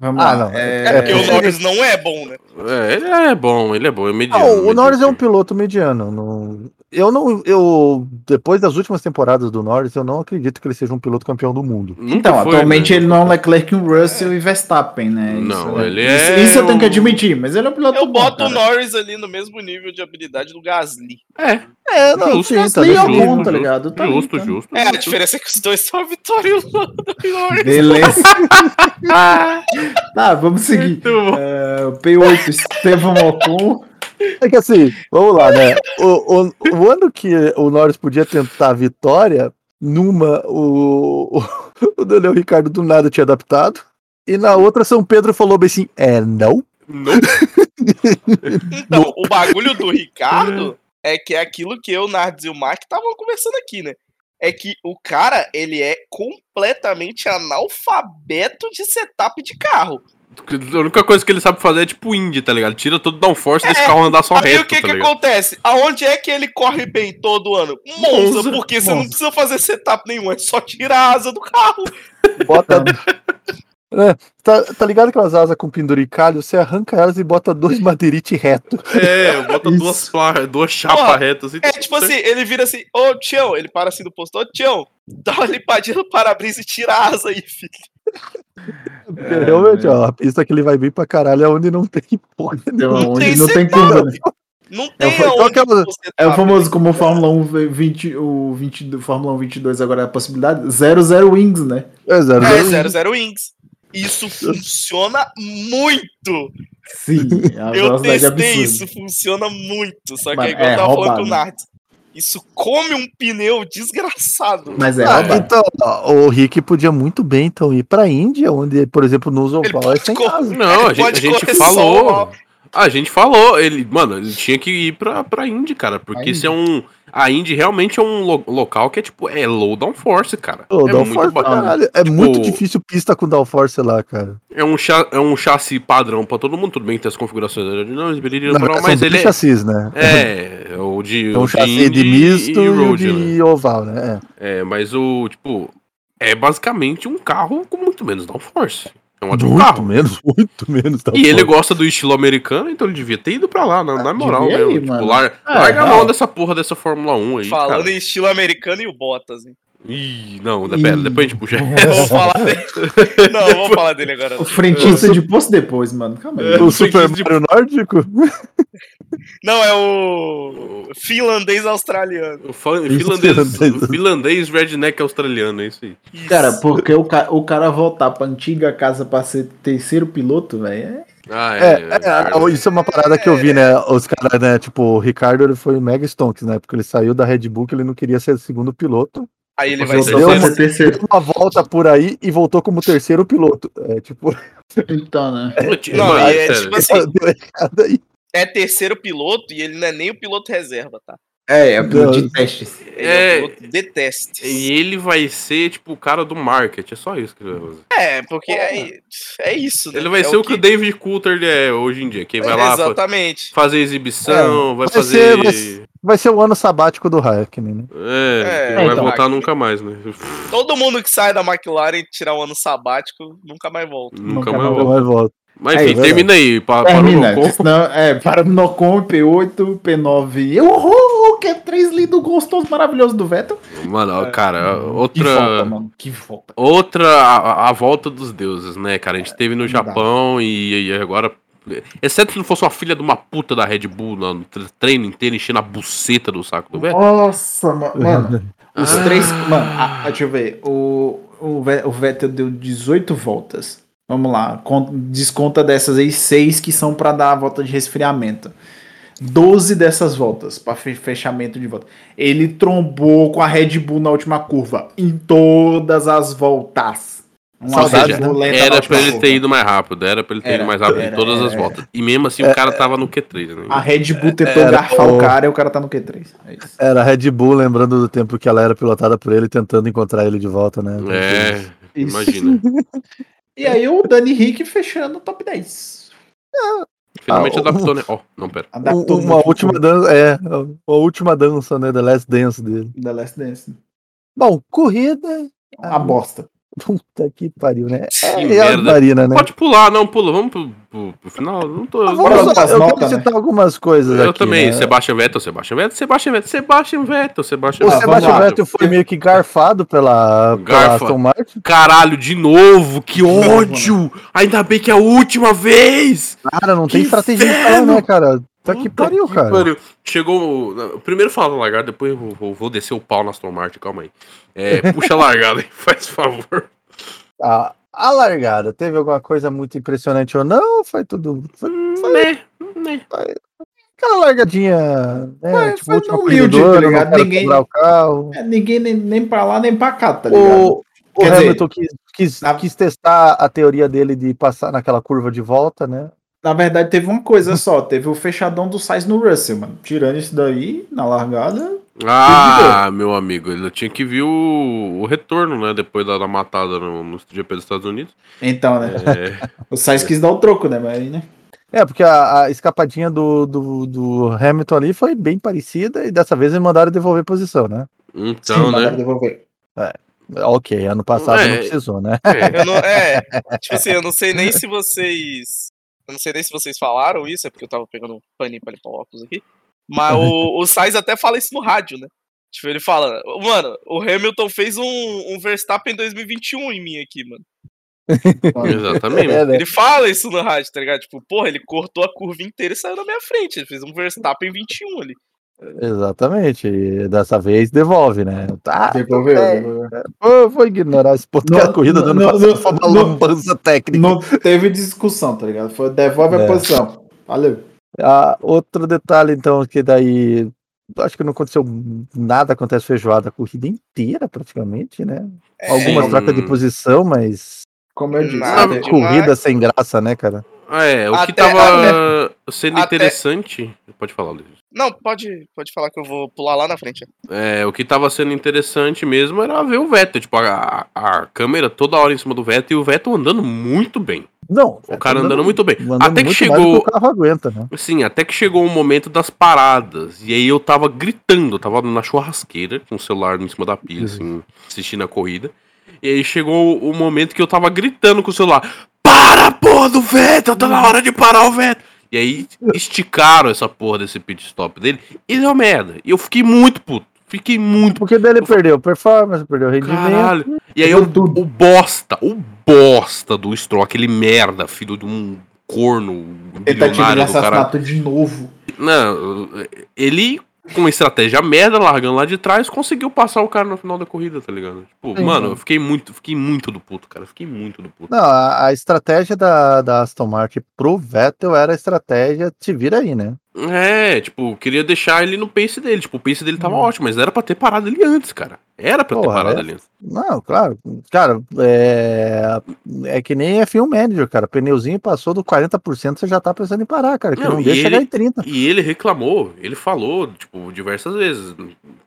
Vamos Ah, lá. não. É, É porque É. o Norris não é bom, né? É, ele é bom, ele é bom, é mediano. Não, o Norris é um mediano. piloto mediano. não- Eu não, eu depois das últimas temporadas do Norris, eu não acredito que ele seja um piloto campeão do mundo. Nunca Então, foi, atualmente né? ele não é um Leclerc, um Russell e Verstappen, né? Não, isso, ele isso- é Isso eu tenho que um- admitir, mas ele é um piloto Eu bom, boto o cara. Norris ali no mesmo nível de habilidade do Gasly. É, É, não, Justo, sim, justo, tá Gasly é o definido. bom, tá ligado? Tá aí, justo, tá. justo. É, a justo. diferença é que os dois são a vitória e o Lando e o Norris. Beleza. Ah, tá, vamos seguir. muito bom. É, o P8, Estevam Ocon. É que assim, vamos lá, né? O, o- o ano que o Norris podia tentar a vitória, numa o, o Daniel Ricardo do nada tinha adaptado, e na outra São Pedro falou bem assim: é, não. Não. Então, o bagulho do Ricardo é que é aquilo que eu, Nardes e o Mark estavam conversando aqui, né? É que o cara, ele é completamente analfabeto de setup de carro. A única coisa que ele sabe fazer é tipo indie, tá ligado? Tira todo o downforce desse carro andar só É. Aí reto, o que tá que ligado? acontece? Aonde é que ele corre bem todo ano? Monza, Monza, porque você não Monza. precisa fazer setup nenhum, é só tirar a asa do carro. Bota. É, tá, tá ligado aquelas asas com penduricalho? Você arranca elas e bota dois madeirite reto. É, bota Isso. duas placas, duas chapas Porra, retas. Assim, É tipo assim, ele vira assim, ô Tião, ele para assim do posto, ô Tião, dá uma limpadinha no para-brisa e tira a asa aí, filho. Porque É, realmente, velho. ó, a pista que ele vai bem pra caralho é onde não tem porra. Então, Não onde tem não tem setup. curva, né? Não tem É, foi- qual aonde que é o- você É o tá. famoso como o Fórmula 1 ve- 20, o 20 do Fórmula 1 22 agora é a possibilidade, 00 wings, né? É zero, É, zero. 00 Wings. Isso funciona muito. Sim, é uma Eu velocidade testei absurda. isso, funciona muito. Só que Mano, é igual é eu tava falando com o roubado. Nard. Isso come um pneu desgraçado. Mas é, Ah, roubado. então, ó, o Rick podia muito bem então ir pra Índia, onde, por exemplo, no Zoval é sem co- asa. Não, a Ele gente, a pode gente correr só falou. A gente falou, ele, mano, ele tinha que ir pra, pra Indy, cara, A porque Indy. isso é um. A Indy realmente é um lo- local que é tipo, é low downforce, cara. Ô, é, downforce muito pra bacana. caralho. É muito Tipo- difícil pista com downforce lá, cara. é, um cha- é um chassi padrão pra todo mundo, tudo bem que tem as configurações aerodinâmicas, Na beleza, natural, verdade, mas são ele dois chassis, né? é. É, o de. É um o de chassi de Indy misto e, o road, né? de oval, né? É. É, mas o, tipo, é basicamente um carro com muito menos downforce. É um ótimo muito carro. menos, muito menos E downforce. ele gosta do estilo americano, então ele devia ter ido pra lá, Ah, na, na moral devia mesmo. ir, tipo, mano. lar- É, larga a não. mão dessa porra dessa Fórmula 1 aí. Falando cara. em estilo americano e o Bottas. hein? Ih, não, de- pera, Ih. depois a gente puxa. É. Vamos falar dele. Não, vamos falar dele agora. O frentista de posto depois, mano. Calma aí. O É, Super de- Mario Nórdico? Não, é o finlandês australiano. O fa- Isso, é finlandês, finlandês. o finlandês redneck australiano, é isso aí. Isso. Cara, porque o, ca- o cara voltar pra antiga casa pra ser terceiro piloto, velho, é... Ah, É, é, isso é uma parada que eu vi, né? Os caras, né? Tipo, o Ricardo ele foi mega stonks, né? Porque ele saiu da Red Bull, que ele não queria ser segundo piloto. Aí ele Você vai deu ser uma- o ser terceiro. Deu uma volta por aí e voltou como terceiro piloto. É, tipo, Então, né? Não, Não, é, e é sério. tipo assim, deu errado aí. é terceiro piloto e ele não é nem o piloto reserva, tá? É, é o piloto de testes. Ele é, É. um piloto de testes. E ele vai ser, tipo, o cara do market. É só isso que ele vai fazer. É, porque é, é isso. né? Ele vai É ser o que o David Coulter é hoje em dia. Quem vai lá fa- Exatamente. fazer exibição, vai, É, vai ser- fazer. vai Vai ser o ano sabático do Hackney, né? É, É, não vai então. voltar nunca mais, né? Todo mundo que sai da McLaren e tirar um ano sabático nunca mais volta. Nunca Nunca mais mais volta. Vai, volta. Mas É enfim, isso, termina aí. Pa, Termina. Parou no corpo. senão, é, para no Nocon, P8, P9. Eu horror, que é três lindo gostoso maravilhoso do Vettel. Mano, ó, cara, Hum, Que volta, outra. mano. Que volta. Outra. A, a volta dos deuses, né, cara? A gente teve no não dá. Japão e, e agora. Exceto se não fosse uma filha de uma puta da Red Bull lá no tre- treino inteiro enchendo a buceta do saco do velho. Nossa, ma- mano. Os Ah. três. Mano, a- a- deixa eu ver. O, o, Ve- o Vettel deu 18 voltas. Vamos lá. con- Desconta dessas aí, seis que são pra dar a volta de resfriamento. 12 dessas voltas para fechamento de volta. Ele trombou com a Red Bull na última curva. Em todas as voltas. Um Ou Saudades, seja, né? boleta na era última pra ele ter curva. ido mais rápido, era pra ele ter Era, ido mais rápido em era, todas era, É, Ah, as voltas. E mesmo assim o cara tava no Q3, né? A Red Bull tentou Era garfar o o- cara e o cara tá no Q3. É isso. Era a Red Bull, lembrando do tempo que ela era pilotada por ele, tentando encontrar ele de volta, né? É, Isso. imagina. E aí o Dani Rick fechando o top 10. Finalmente Ah, o- adaptou, né? Ó, não, pera. Um- uma no última dança, é, a última dança, né, The Last Dance dele. da Last Dance. Bom, corrida, A bosta. puta que pariu, né? Que É, é a merda. Marina, né? Pode pular, não, pula. Vamos pro, pro- pro final. Não tô. Mas bora Vamos dar só, as eu notas, quero né? citar algumas coisas Eu aqui, também, né? Sebastian Vettel, Sebastian Vettel, Sebastian Vettel, Sebastian Vettel, Sebastian O Ah, Vettel. vamos Sebastian lá. Vettel foi meio que garfado pela, pela Garfa. Aston Martin. Caralho, de novo, que ódio! Ainda bem que é a última vez! Cara, não Que tem estratégia inferno! então, né, cara? Tá que Puta pariu, que cara. pariu. Chegou. o- Primeiro fala da largada, depois eu vou, vou- vou descer o pau na Aston Martin, calma aí. É, puxa a largada aí, faz favor. A, a largada, teve alguma coisa muito impressionante ou não? Foi tudo. Foi Né, né. aquela largadinha, né? Foi- tipo, foi última humilde, corrida do tá ano, não ligado? quero Ninguém- quebrar o carro. É, ninguém nem, nem pra lá nem pra cá, tá ligado? O, o Quer Hamilton quis, quis, na- quis testar a teoria dele de passar naquela curva de volta, né? Na verdade, teve uma coisa só. Teve o fechadão do Sainz no Russell, mano. Tirando isso daí, na largada. Ah, meu amigo, ele tinha que ver o, o retorno, né? Depois da, da matada no, no GP dos Estados Unidos. Então, né? É, O Sainz quis dar o troco, né? Mas aí, né? É, porque a, a escapadinha do, do, do Hamilton ali foi bem parecida e dessa vez eles mandaram devolver posição, né? então, Sim, mandaram né? devolver. Ok, ano passado É. não precisou, né? É. Eu não, é, tipo assim, eu não sei nem se vocês. Eu não sei nem se vocês falaram isso, é porque eu tava pegando um paninho pra limpar o óculos aqui. Mas o, o Sainz até fala isso no rádio, né? Tipo, ele fala, mano, o Hamilton fez um, um Verstappen 2021 em mim aqui, mano. Exatamente. É, né? Ele fala isso no rádio, tá ligado? Tipo, porra, ele cortou a curva inteira e saiu na minha frente. Ele fez um Verstappen 21 ali. Exatamente. E dessa vez devolve, né? Tá, Devolveu, É. devolveu. eu vou ignorar esse ponto Não, que é a corrida do ano não, passado não, foi uma não. lambança técnica. Não teve discussão, tá ligado? Foi, devolve É. a posição. Valeu. Ah, outro detalhe, então, que daí. Acho que não aconteceu nada, acontece feijoada a corrida inteira, praticamente, né? É, Algumas Sim. trocas de posição, mas. Como eu disse. Nada teve- demais. Corrida sem graça, né, cara? Ah, é, o que Até- tava sendo até- interessante. Pode falar, Luiz. Não, pode, pode falar que eu vou pular lá na frente. É, o que tava sendo interessante mesmo era ver o Vettel. Tipo, a, a câmera toda hora em cima do Vettel e o Vettel andando muito bem. Não. O cara andando, muito bem. andando até que muito mais do chegou. o carro aguenta, né? Sim, Assim, até que chegou o momento das paradas. E aí eu tava gritando, eu tava na churrasqueira, com o celular em cima da pia, assim, assistindo a corrida. E aí chegou o momento que eu tava gritando com o celular: Para, porra do Vettel, tá na hora de parar o Vettel. E aí esticaram essa porra desse pit stop dele e deu merda. E eu fiquei muito puto. Fiquei muito Porque daí ele perdeu performance, perdeu rendimento. Caralho. E aí o, o bosta, o bosta do Stroll, aquele merda, filho de um corno Tentativa de bilionário do cara. tá assassinato de novo. Não, Né, ele, com uma estratégia merda, largando lá de trás, conseguiu passar o cara no final da corrida, tá ligado? Tipo, Sim. mano, eu fiquei muito, fiquei muito do puto, cara. Fiquei muito do puto. Não, a, a estratégia da, da Aston Martin pro Vettel era a estratégia te vira aí, né? É, tipo, queria deixar ele no pace dele. Tipo, o pace dele tava Hum. ótimo, mas era pra ter parado ali antes, cara. Era pra ter Porra, parado é? ali antes. Não, claro. Cara, é, é que nem F1 Manager, cara. Pneuzinho passou do 40%, você já tá pensando em parar, cara. Que Não, não, e deixa ele- chegar em 30%. E ele reclamou, ele falou, tipo, diversas vezes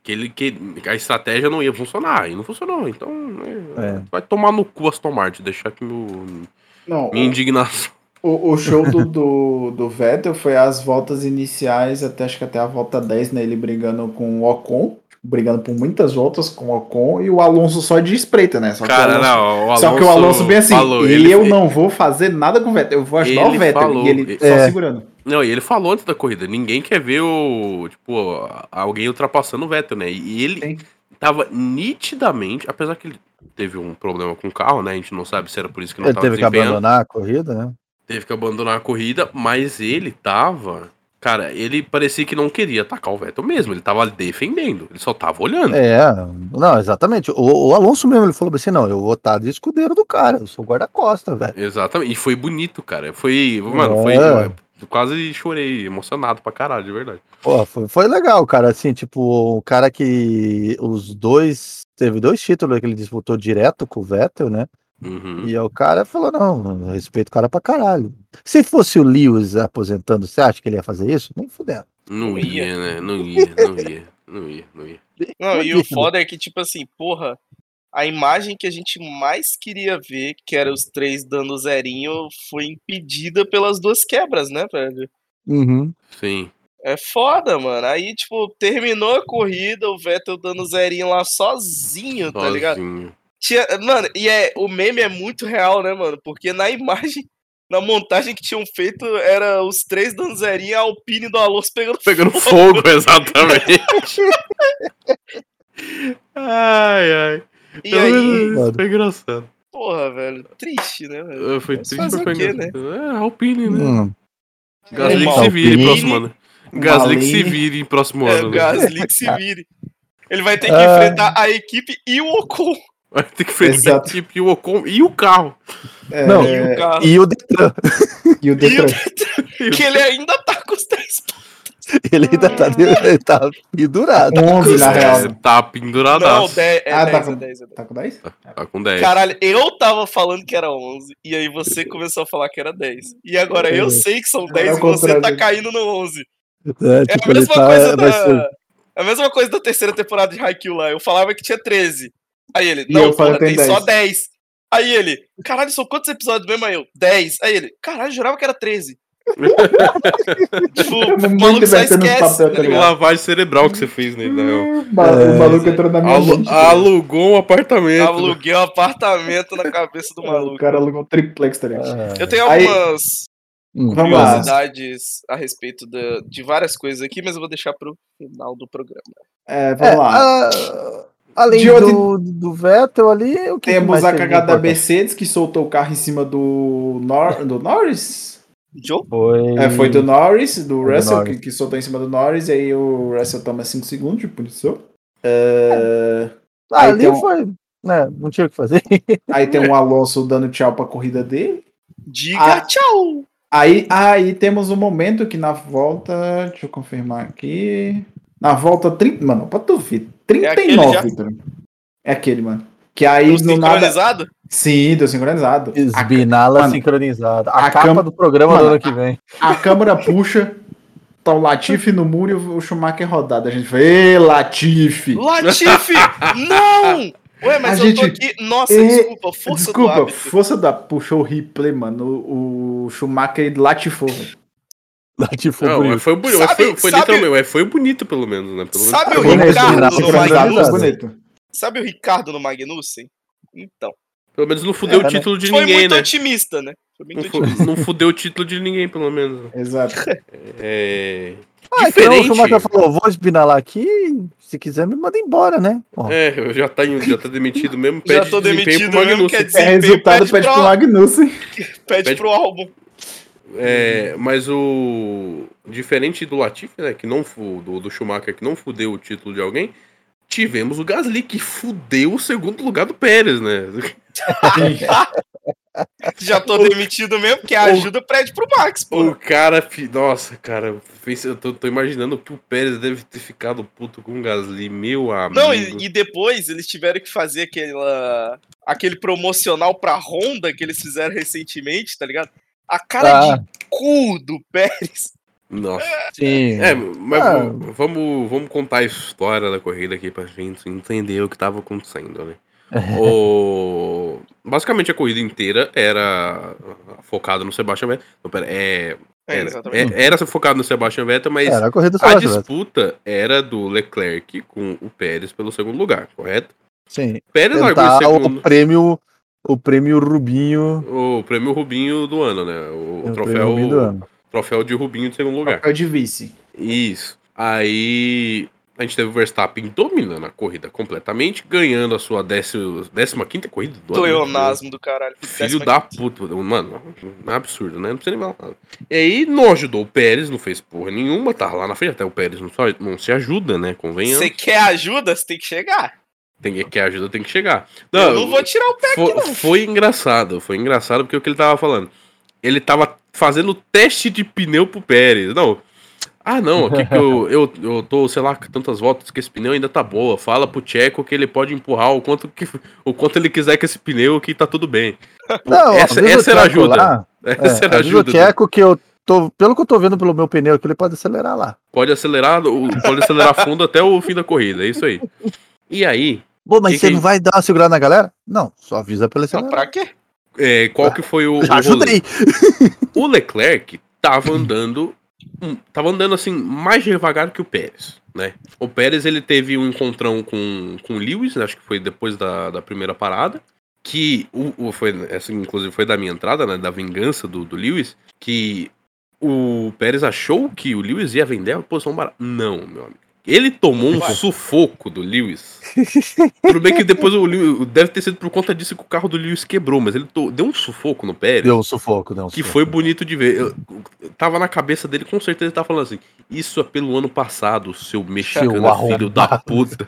que ele que a estratégia não ia funcionar, e não funcionou. Então, É, né, vai tomar no cu Aston Martin, deixar aqui meu, Não, É. minha indignação. o, o show do, do, do Vettel foi as voltas iniciais, até acho que até a volta 10, né? Ele brigando com o Ocon, brigando por muitas voltas com o Ocon e o Alonso só de espreita, né? Só que o Cara, Alonso- não, o Só que o Alonso bem assim, falou, eu ele, não vou fazer nada com o Vettel, eu vou ajudar Ele o Vettel. falou, e ele só é. segurando. Não, e ele falou antes da corrida, ninguém quer ver o, tipo, alguém ultrapassando o Vettel, né? E ele Sim. tava nitidamente, apesar que ele teve um problema com o carro, né? A gente não sabe se era por isso que não Ele tava teve que desempenhando. abandonar a corrida, né? teve que abandonar a corrida, mas ele tava. Cara, ele parecia que não queria atacar o Vettel mesmo. Ele tava defendendo, ele só tava olhando. É, não, exatamente. O, o Alonso mesmo, ele falou assim: não, eu vou estar de escudeiro do cara, eu sou guarda-costa, velho. Exatamente. E foi bonito, cara. Foi. Mano, foi. É. eu quase chorei, emocionado pra caralho, de verdade. Pô, foi, foi legal, cara. Assim, tipo, o cara que os dois. Teve dois títulos que ele disputou direto com o Vettel, né? Uhum. E aí o cara falou: não, eu respeito o cara pra caralho. Se fosse o Lewis aposentando, você acha que ele ia fazer isso? Nem fudendo. Não ia, né? Não ia, não ia, não ia, não ia. Não, e o Fudido. foda é que, tipo assim, porra, a imagem que a gente mais queria ver, que era os três dando zerinho, foi impedida pelas duas quebras, né, velho? Uhum. Sim. É foda, mano. Aí, tipo, terminou a corrida, o Vettel dando zerinho lá sozinho, tá ligado? sozinho. Tinha, mano, e é, o meme é muito real, né, mano? Porque na imagem, na montagem que tinham feito, era os três dando zerinho e a Alpine do Alonso pegando Pegando fogo, exatamente. ai, ai. E aí, Isso foi engraçado. porra, velho, triste, né, velho? Ah, Foi Mas triste, fazer mas foi o quê, né? engraçado. É, Alpine, né? Uhum. Hum. Gasly que Normal. se vire Alpine. próximo ano. Gasly que se É, Alpine. vire em próximo É, ano. o né? Gasly que se vire. Ele vai ter que Ah. enfrentar a equipe e o Ocon. Vai ter que enfrentar a Exato. equipe e o Ocon e o carro. É, Não. E o carro. E o Detran, e o E o Detran. que ele ainda tá com os três pontos. ele ainda tá, ele tá pendurado. 11 na Tá real. Tá pendurado. Não, 10, é Ah, 10, tá é com- 10, é 10. Tá com 10? Tá com 10. Caralho, eu tava falando que era 11, e aí você começou a falar que era 10. E agora eu É. sei que são É 10 o e você tá contrário. caindo no 11. É, É tipo, a ele mesma tá- coisa vai ser- da... É a mesma coisa da terceira temporada de Haikyuu lá. Eu falava que tinha 13. Aí ele, E não, eu falei, porra, tem tem só 10. Aí ele, caralho, são quantos episódios mesmo? Aí eu, 10. Aí ele, caralho, eu jurava que era 13. tipo, o maluco Muito só invertendo os esquece, papéis, tá tá ligado? ligado? Hum. Lavagem cerebral que você fez nele, na real. O ma- É, o maluco entrou na minha Alu- mente. alugou um apartamento. Aluguei um apartamento na cabeça do O maluco. É, cara alugou triplex, tá ligado? Eu tenho Aí- algumas Hum. Vamos lá. curiosidades a respeito da- de várias coisas aqui, mas eu vou deixar pro final do programa. É, É, vamos lá. a- além De onde- do, do Vettel ali, o que que Temos mais a teve de cagada da importante? Mercedes que soltou o carro em cima do, Nor do Norris. Joe? Foi, É, foi do Norris, do Foi Hum. do Russell, Norris. Que, que soltou em cima do Norris, e aí o Russell toma 5 segundos de punição. É, Ah, aí ali tem um- foi, né, não tinha o que fazer. Aí tem o Alonso dando tchau pra corrida dele. Diga Ah. tchau! Aí, aí temos um momento que na volta. Deixa eu confirmar aqui. Na volta 30. Mano, pra tu ver. aquele 39, já? Vitor. É aquele, mano. Que aí Tô no nada. sincronizado? Sim, deu sincronizado. A, Esbinala mano, sincronizada. A, a capa cam- do programa do mano, ano que vem. a câmera puxa. Tá o Latifi no muro e o Schumacher rodado. A gente fala, Ê, Latifi! Latifi! não! Ué, mas A eu tô gente- aqui. Nossa, É, desculpa, força do Desculpa, hábito. força da. Puxou o replay, mano. O, o Schumacher latifou. velho. Latifou Não, é mas foi bonito. Sabe- foi, foi sabe- literalmente, mas foi bonito, pelo menos, né? Pelo menos- Sabe o Eu não Ricardo esperava no que fosse Sincronizado, Magnussen. bonito. Sabe o Ricardo no Magnussen? Então. Pelo menos não fudeu É, o né? título de foi ninguém, muito né? otimista, né? Foi muito Não, otimista. fu- não fudeu o título de ninguém, pelo menos. Exato. É. Ah, então o diferente. Schumacher falou, vou espinalar aqui, se quiser me manda embora, né? Ó, É, eu já tá, em- já tá demitido mesmo. Já pede tô desempenho pro demitido mesmo, Magnussen. É quer dizer, resultado pede, pede pro- pro Magnussen. pede pede- pro álbum. É, mas o. Diferente do Latifi, né? Que não fu- do, do Schumacher, que não fudeu o título de alguém, tivemos o Gasly, que fudeu o segundo lugar do Pérez, né? Já tô demitido mesmo, porque a ajuda pede pro Max, pô. O cara, fi- nossa, cara, eu pense- eu tô, tô imaginando que o Pérez deve ter ficado puto com o Gasly, meu amigo. Não, e, e depois eles tiveram que fazer aquela, aquele promocional pra Honda que eles fizeram recentemente, tá ligado? A cara Ah. de cu do Pérez. Nossa. Sim. É, mas Ah. v- vamos, vamos contar a história da corrida aqui pra gente entender o que tava acontecendo, né? o... Basicamente a corrida inteira era focada no Sebastian Vettel. Não, pera, é... É, Era, exatamente. é- era focada no Sebastian Vettel, mas Era a corrida do a Sebastian. Vettel. disputa era do Leclerc com o Pérez pelo segundo lugar, correto? Sim. Pérez largou em Tentar o segundo. prêmio, o prêmio Rubinho. O prêmio Rubinho do ano, né? O, o prêmio troféu, Rubinho do ano. troféu de Rubinho de segundo lugar. Papel de vice. Isso. Aí a gente teve o Verstappen dominando a corrida completamente, ganhando a sua 15 quinta corrida do ano. Pleonasmo do caralho. Filho da puta, mano, é um absurdo, né? Não precisa nem falar. E aí não ajudou o Pérez, não fez porra nenhuma, tá lá na frente, até o Pérez não, só, não se ajuda, né? Convenhamos. Você quer ajuda? Você tem que chegar. Tem que a ajuda tem que chegar. eu não vou tirar o pé Fo- aqui, não. foi engraçado, foi engraçado porque é o que ele tava falando. Ele tava fazendo teste de pneu pro Pérez. Não. Ah, não, aqui que eu, eu, eu tô, sei lá, com tantas voltas que esse pneu ainda tá boa. Fala pro Tcheco que ele pode empurrar o quanto, que, o quanto ele quiser com esse pneu que tá tudo bem. Não, às essa- vezes essa eu era a checo ajuda. lá, é, Essa era a às vezes eu ajuda. do- checo que eu tô, pelo que eu tô vendo pelo meu pneu aqui, ele pode acelerar lá. Pode acelerar, o- pode acelerar fundo até o fim da corrida, é isso aí. E aí, Pô, mas Que você que- não vai dar uma segurada na galera? Não, só avisa pela tá. Não, acelerar. pra quê? é, qual que foi o. o Já rolê? ajudei. O Leclerc tava andando, hum, tava andando assim mais devagar que o Pérez, né? O Pérez ele teve um encontrão com com o Lewis, né? acho que foi depois da, da primeira parada, que o, o- foi essa inclusive foi da minha entrada, né, da vingança do, do Lewis, que o Pérez achou que o Lewis ia vender a posição barata. Não, meu amigo. Ele tomou um Ué. sufoco do Lewis. Tudo bem que depois o Lewis. Deve ter sido por conta disso que o carro do Lewis quebrou, mas ele to- deu um sufoco no Pérez. Deu um sufoco, deu um Que sufoco. foi bonito de ver. Eu, eu tava na cabeça dele, com certeza ele tava falando assim: Isso é pelo ano passado, seu mexicano filho arrombado." da puta.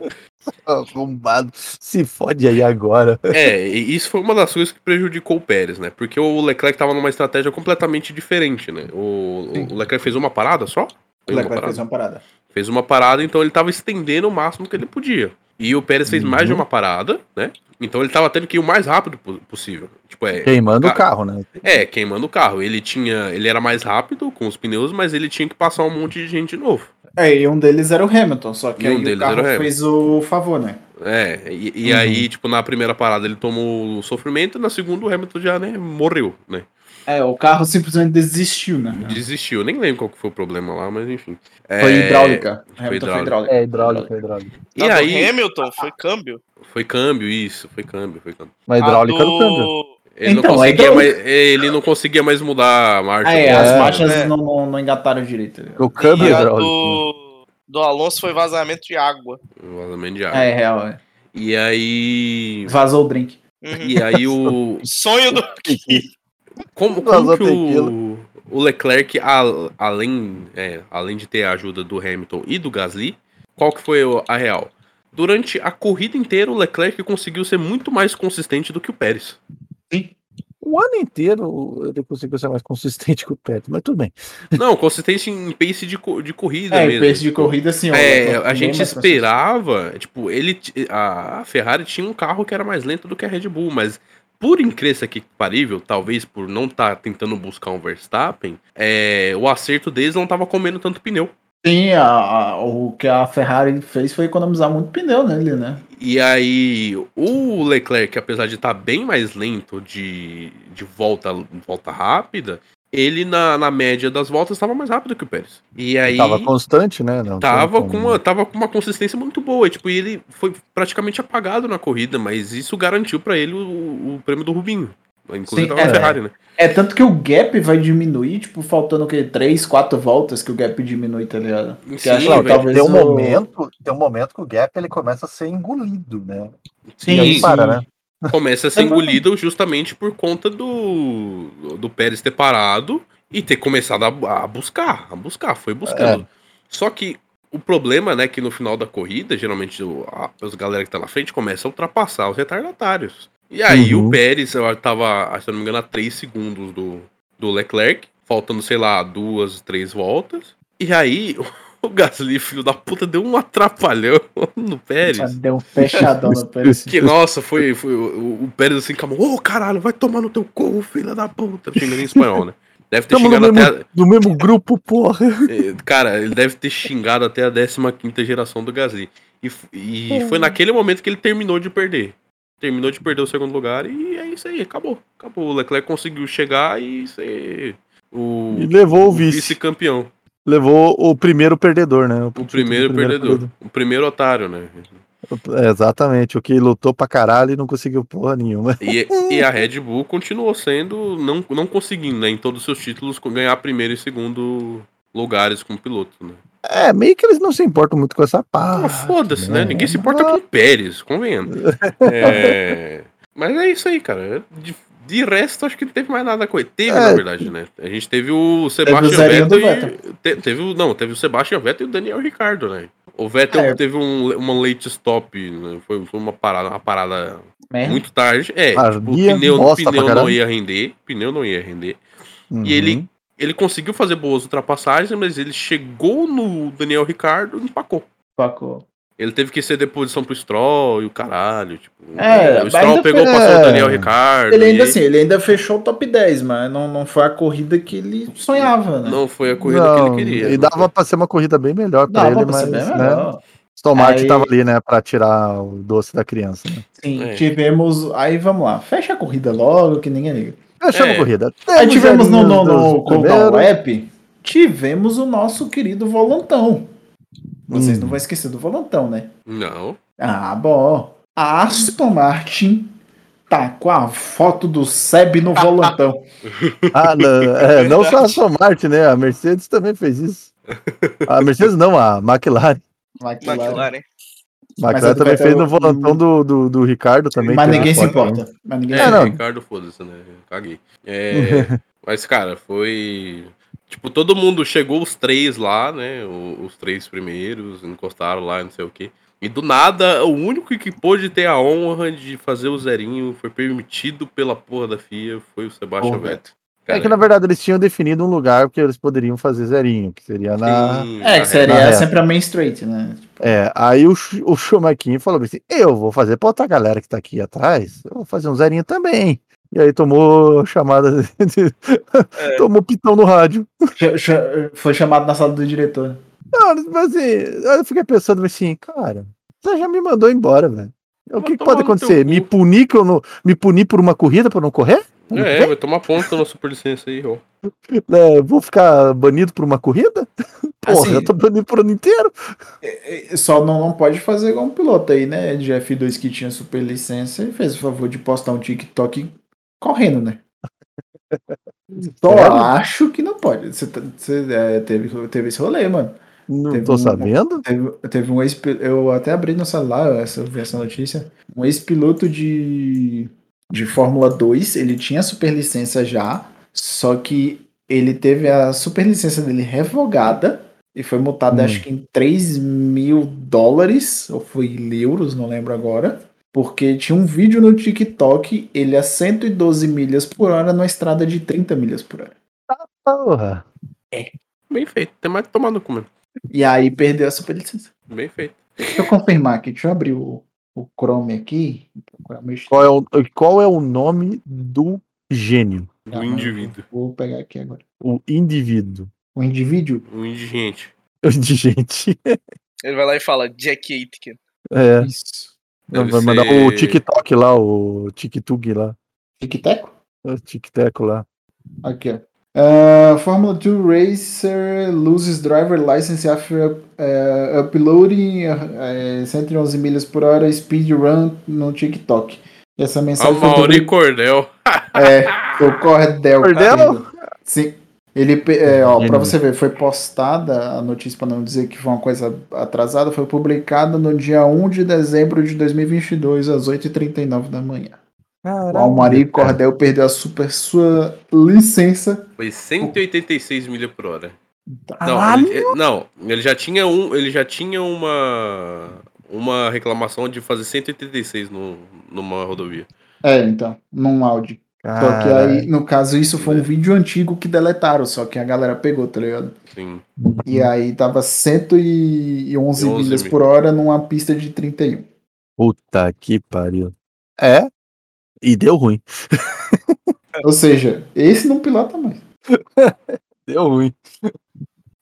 Arrombado. Se fode aí agora. É, e isso foi uma das coisas que prejudicou o Pérez, né? Porque o Leclerc tava numa estratégia completamente diferente, né? O, Sim. o Leclerc fez uma parada só? O Fez uma Leclerc parada? fez uma parada. Fez uma parada, então ele tava estendendo o máximo que ele podia. E o Pérez fez mais de Uhum. uma parada, né? Então ele tava tendo que ir o mais rápido po- possível. Tipo, é, Queimando Tá. o carro, né? É, queimando o carro. Ele tinha. Ele era mais rápido com os pneus, mas ele tinha que passar um monte de gente de novo. É, e um deles era o Hamilton, só que E um aí deles o era o carro Hamilton. fez o favor, né? É, e, e Uhum. aí, tipo, na primeira parada ele tomou o sofrimento, na segunda o Hamilton já, né, morreu, né? É, o carro simplesmente desistiu, né? Desistiu. Nem lembro qual que foi o problema lá, mas enfim. Foi É, hidráulica. Hamilton hidráulica. foi hidráulica. É, hidráulica, hidráulica. E A do aí. tá Hamilton foi câmbio. Foi câmbio, isso, foi câmbio, foi câmbio. Mas hidráulica a do câmbio. Ele, Então, não a conseguia mais, hidráulica- ele não conseguia mais mudar a marcha. Ah, é, É, as marchas é. Não, não, não engataram direito. né? O câmbio é E a hidráulico. do, do Alonso foi vazamento de água. O vazamento de ar. É, é real. é. E aí. Vazou o drink. Uhum. E aí o. Sonho do. Como, como Vazou que o, o Leclerc, a- além, é, além de ter a ajuda do Hamilton e do Gasly, qual que foi o- a real? Durante a corrida inteira, o Leclerc conseguiu ser muito mais consistente do que o Pérez. O ano inteiro ele conseguiu ser mais consistente que o Pérez, mas tudo bem. Não, consistente em pace de, co- de corrida É, em mesmo. pace de corrida, sim. o É, Leclerc a foi bem gente mais esperava, tipo, ele ti- a Ferrari tinha um carro que era mais lento do que a Red Bull, mas por incrível que parível, talvez por não estar tentando buscar um Verstappen, é, o acerto deles não estava comendo tanto pneu. Sim, a, a- o que a Ferrari fez foi economizar muito pneu nele, né? E aí, o Leclerc, apesar de estar bem mais lento de, de volta, volta rápida, ele na, na média das voltas estava mais rápido que o Pérez. E aí Tava constante, né? Não tem tava como- com, uma, tava com uma consistência muito boa. Tipo, e ele foi praticamente apagado na corrida, mas isso garantiu para ele o, o prêmio do Rubinho. Inclusive Sim, tava na é. Ferrari, né? É tanto que o gap vai diminuir, tipo, faltando o quê? 3, 4 voltas que o gap diminui, tá ligado? Que Sim, acho que Não, velho. talvez tem um o- momento, tem um momento que o gap ele começa a ser engolido, né? e aí Sim. para, né? começa a ser Eu não- engolido justamente por conta do, do Pérez ter parado e ter começado a, a buscar, a buscar, foi buscando. É. Só que o problema, né, que no final da corrida, geralmente o, a, as galera que tá na frente começa a ultrapassar os retardatários. E aí Uhum. o Pérez, eu tava, ah, se eu não me engano, a 3 segundos do, do Leclerc, faltando, sei lá, duas, três voltas. E aí o Gasly, filho da puta, deu um atrapalhão no Já Pérez. Deu um fechadão no assim, Pérez. Que nossa, foi, foi o, o Pérez assim, calma, ô caralho, vai tomar no teu cu, filho da puta. Xingando em espanhol, né? Deve ter Tamo no xingado mesmo, até. a- no mesmo grupo, porra. eh, Cara, ele deve ter xingado até a 15 geração do Gasly. E, f- e foi naquele momento que ele terminou de perder. Terminou de perder o segundo lugar e é isso aí, acabou. Acabou. O Leclerc conseguiu chegar e ser o, E levou o vice. vice-campeão. Levou o primeiro perdedor, né? O primeiro perdedor. O primeiro otário, né? É, exatamente, o que lutou pra caralho e não conseguiu porra nenhuma. E, e a Red Bull continuou sendo, não, não conseguindo, né, em todos os seus títulos, co- ganhar primeiro e segundo lugares com o piloto, né? É, meio que eles não se importam muito com essa Ah, pá. foda-se, né? né? Ninguém se importa com o Pérez, convenhamos. É, Mas é isso aí, cara. De, de resto, acho que não teve mais nada com ele. Teve, É. na verdade, né? A gente teve o Sebastian zerinho Vettel. do e- te- teve o, não, teve o Sebastian Vettel e o Daniel Ricardo, né? O Vettel É. teve um, uma late stop, né? foi, foi uma parada, uma parada Merda. muito tarde. É, tipo, o Tardia, pneu, bosta pra pneu não caralho. ia render. Pneu não ia render. Uhum. E ele, ele conseguiu fazer boas ultrapassagens, mas ele chegou no Daniel Ricardo e empacou. Paco. Ele teve que ser deposição pro Stroll e o caralho. Tipo, É, o mas Stroll ainda pegou, foi- passou o é. Daniel Ricardo. Ele ainda e assim, ele ainda fechou o top 10, mas não, não foi a corrida que ele sonhava, né? Não foi a corrida Não, que ele queria. E dava pra ser uma corrida bem melhor pra Dava ele, pra mas. ser bem Né, melhor. Stomart Aí- tava ali, né, pra tirar o doce da criança. Né? Sim, É. tivemos. Aí vamos lá, fecha a corrida logo, que ninguém liga. Fechamos É. a corrida. Aí tivemos no, no, Zerinho no dos primeiros. Countdown App, tivemos o nosso querido Volantão. Vocês Hum. não vão esquecer do Volantão, né? Não. Ah, bom. A Aston Martin tá com a foto do Seb no volantão. Ah, não, é, não só a Aston Martin, né? A Mercedes também fez isso. A Mercedes não, a McLaren. McLaren. A Mas a McLaren do também Vettel- hum. fez no volantão do, do, do Ricardo também. é Mas teve ninguém se foto. importa. Mas ninguém É, se É, importa. não. Ricardo, foda-se, né? Caguei. É, mas, cara, foi. Tipo, todo mundo chegou os três lá, né? o- Os três primeiros, encostaram lá, não sei o quê. E do nada, o único que pôde ter a honra de fazer o zerinho foi permitido pela porra da FIA, foi o Sebastian Porra, Vettel. É que na verdade eles tinham definido um lugar que eles poderiam fazer zerinho, que seria na. É, que seria Na reta. sempre a main straight, né? É, aí o, Sch- o Schumacher falou assim: eu vou fazer pra outra galera que tá aqui atrás, eu vou fazer um zerinho também. E aí tomou chamada, de- É. tomou pitão no rádio. Ch- ch- Foi chamado na sala do diretor. né? Cara, mas assim, eu fiquei pensando assim, cara, você já me mandou embora, velho. O Vai que, que tomar pode no teu acontecer? Me cu. punir que eu não, me punir por uma corrida pra eu não correr? É, vai tomar ponta na superlicença aí, ó. É, vou ficar banido por uma corrida? Porra, Assim- eu tô banido por ano inteiro. É, é, Só não, não pode fazer igual um piloto aí, né? De F2 que tinha super licença e fez o favor de postar um TikTok correndo, né? é, Só Sério? acho que não pode. Você, tá- você, é, teve, teve esse rolê, mano. Não Teve tô um- sabendo. Teve, teve um ex Eu até abri no celular essa, eu vi essa notícia. Um ex-piloto de, de Fórmula 2, ele tinha a superlicença já, só que ele teve a superlicença dele revogada e foi multado, Hum. acho que em 3 mil dólares, ou foi euros, não lembro agora. Porque tinha um vídeo no TikTok, ele a 112 milhas por hora numa estrada de 30 milhas por hora. Porra. Bem feito, tem mais que tomar no cu mesmo. E aí perdeu a superlicença. Bem feito. Deixa eu confirmar aqui, deixa eu abrir o, o Chrome aqui. procurar meu Qual é, o, qual é o nome do gênio? Do Instagram. Um indivíduo. Vou pegar aqui agora. O indivíduo. O indivíduo? Um indigente. De gente. Ele vai lá e fala Jack Aitken. É. Isso. Deve vai mandar ser- o TikTok lá, o TikTok lá. Tic-teco? O TikTeco lá. Aqui, ó. Ah, Fórmula 2 Racer loses driver license after eh, uploading eh, 111 milhas por hora speed run no TikTok. E essa Ah, mensagem o foi do- Mauri Cordel. É, o Cordel. Cordel? querido. Sim. Ele, pe- é, ó, pra Gênio. você ver, foi postada a notícia, pra não dizer que foi uma coisa atrasada, foi publicada no dia 1 de dezembro de 2022, às 8h39 da manhã. O Almari Cordel perdeu a super sua licença. Foi 186 milha por hora. Não, Caralho! ele, ele- não, ele já tinha um, ele já tinha uma uma reclamação de fazer 186 no, numa rodovia. É, então, num Audi. Só que aí, no caso, isso foi um vídeo antigo que deletaram, só que a galera pegou, tá ligado? Sim. E aí tava 111 11 milhas mil. por hora numa pista de 31. Puta que pariu. É. E deu ruim. Ou seja, esse não pilota mais. Deu ruim.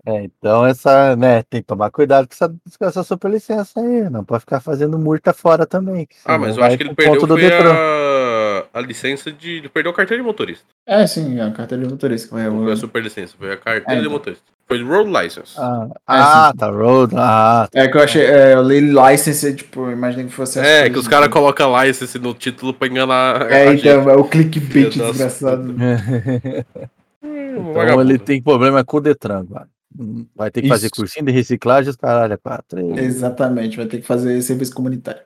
É, então essa, né, tem que tomar cuidado com essa, com essa superlicença aí, não pode ficar fazendo murta fora também. que Ah, mas senão eu vai acho que ele pro perdeu ponto do foi Detran. a... a licença de. Ele perdeu a carteira de motorista. É, sim, a carteira de motorista. É, Não o- foi a super licença, foi a carteira É, de então. motorista. Foi road license. Ah, ah, tá, road, ah, é que eu achei, é, eu li license, é, tipo, eu imaginei que fosse... tipo, é, que os caras colocam license no título pra enganar É, a então, é o clickbait Filha das desgraçado. gente. Então Um Vagabundo. ele tem problema com o Detran, cara. Vai ter que fazer Isso. cursinho de reciclagem, os caralho, é quatro. Exatamente, vai ter que fazer serviço comunitário.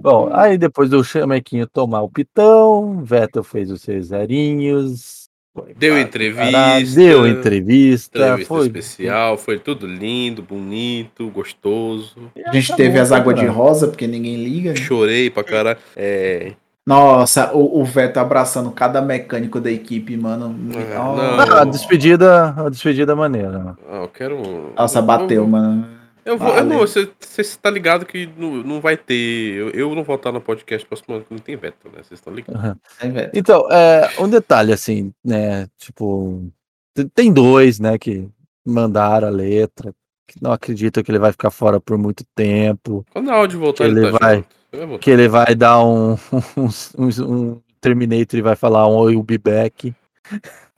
Bom, aí depois do Chamequinho tomar o pitão, Vettel fez os seus zerinhos. foi Deu pra entrevista. caralho, Deu entrevista. Entrevista Tá, foi especial, foi tudo lindo, bonito, gostoso. A gente teve as águas de roda. rosa, porque ninguém liga. né? Chorei pra caralho. É, Nossa, o, o Veto abraçando cada mecânico da equipe, mano. É, Nossa, não. a despedida, a despedida é maneira. né? ah, eu quero. Nossa, bateu, Eu- mano. Eu vou, eu Vale. não, você, você tá ligado que não, não vai ter. Eu, eu não vou estar no podcast próximo ano que não tem veto, né? Vocês estão ligados? É, Veto. Então, é, um detalhe assim, né? Tipo, te- tem dois, né, que mandaram a letra, que não acreditam que ele vai ficar fora por muito tempo, Quando a Audi voltar, Ele vai. junto. Ele vai voltar. que ele vai dar um, um, um, um Terminator e vai falar um I'll be back.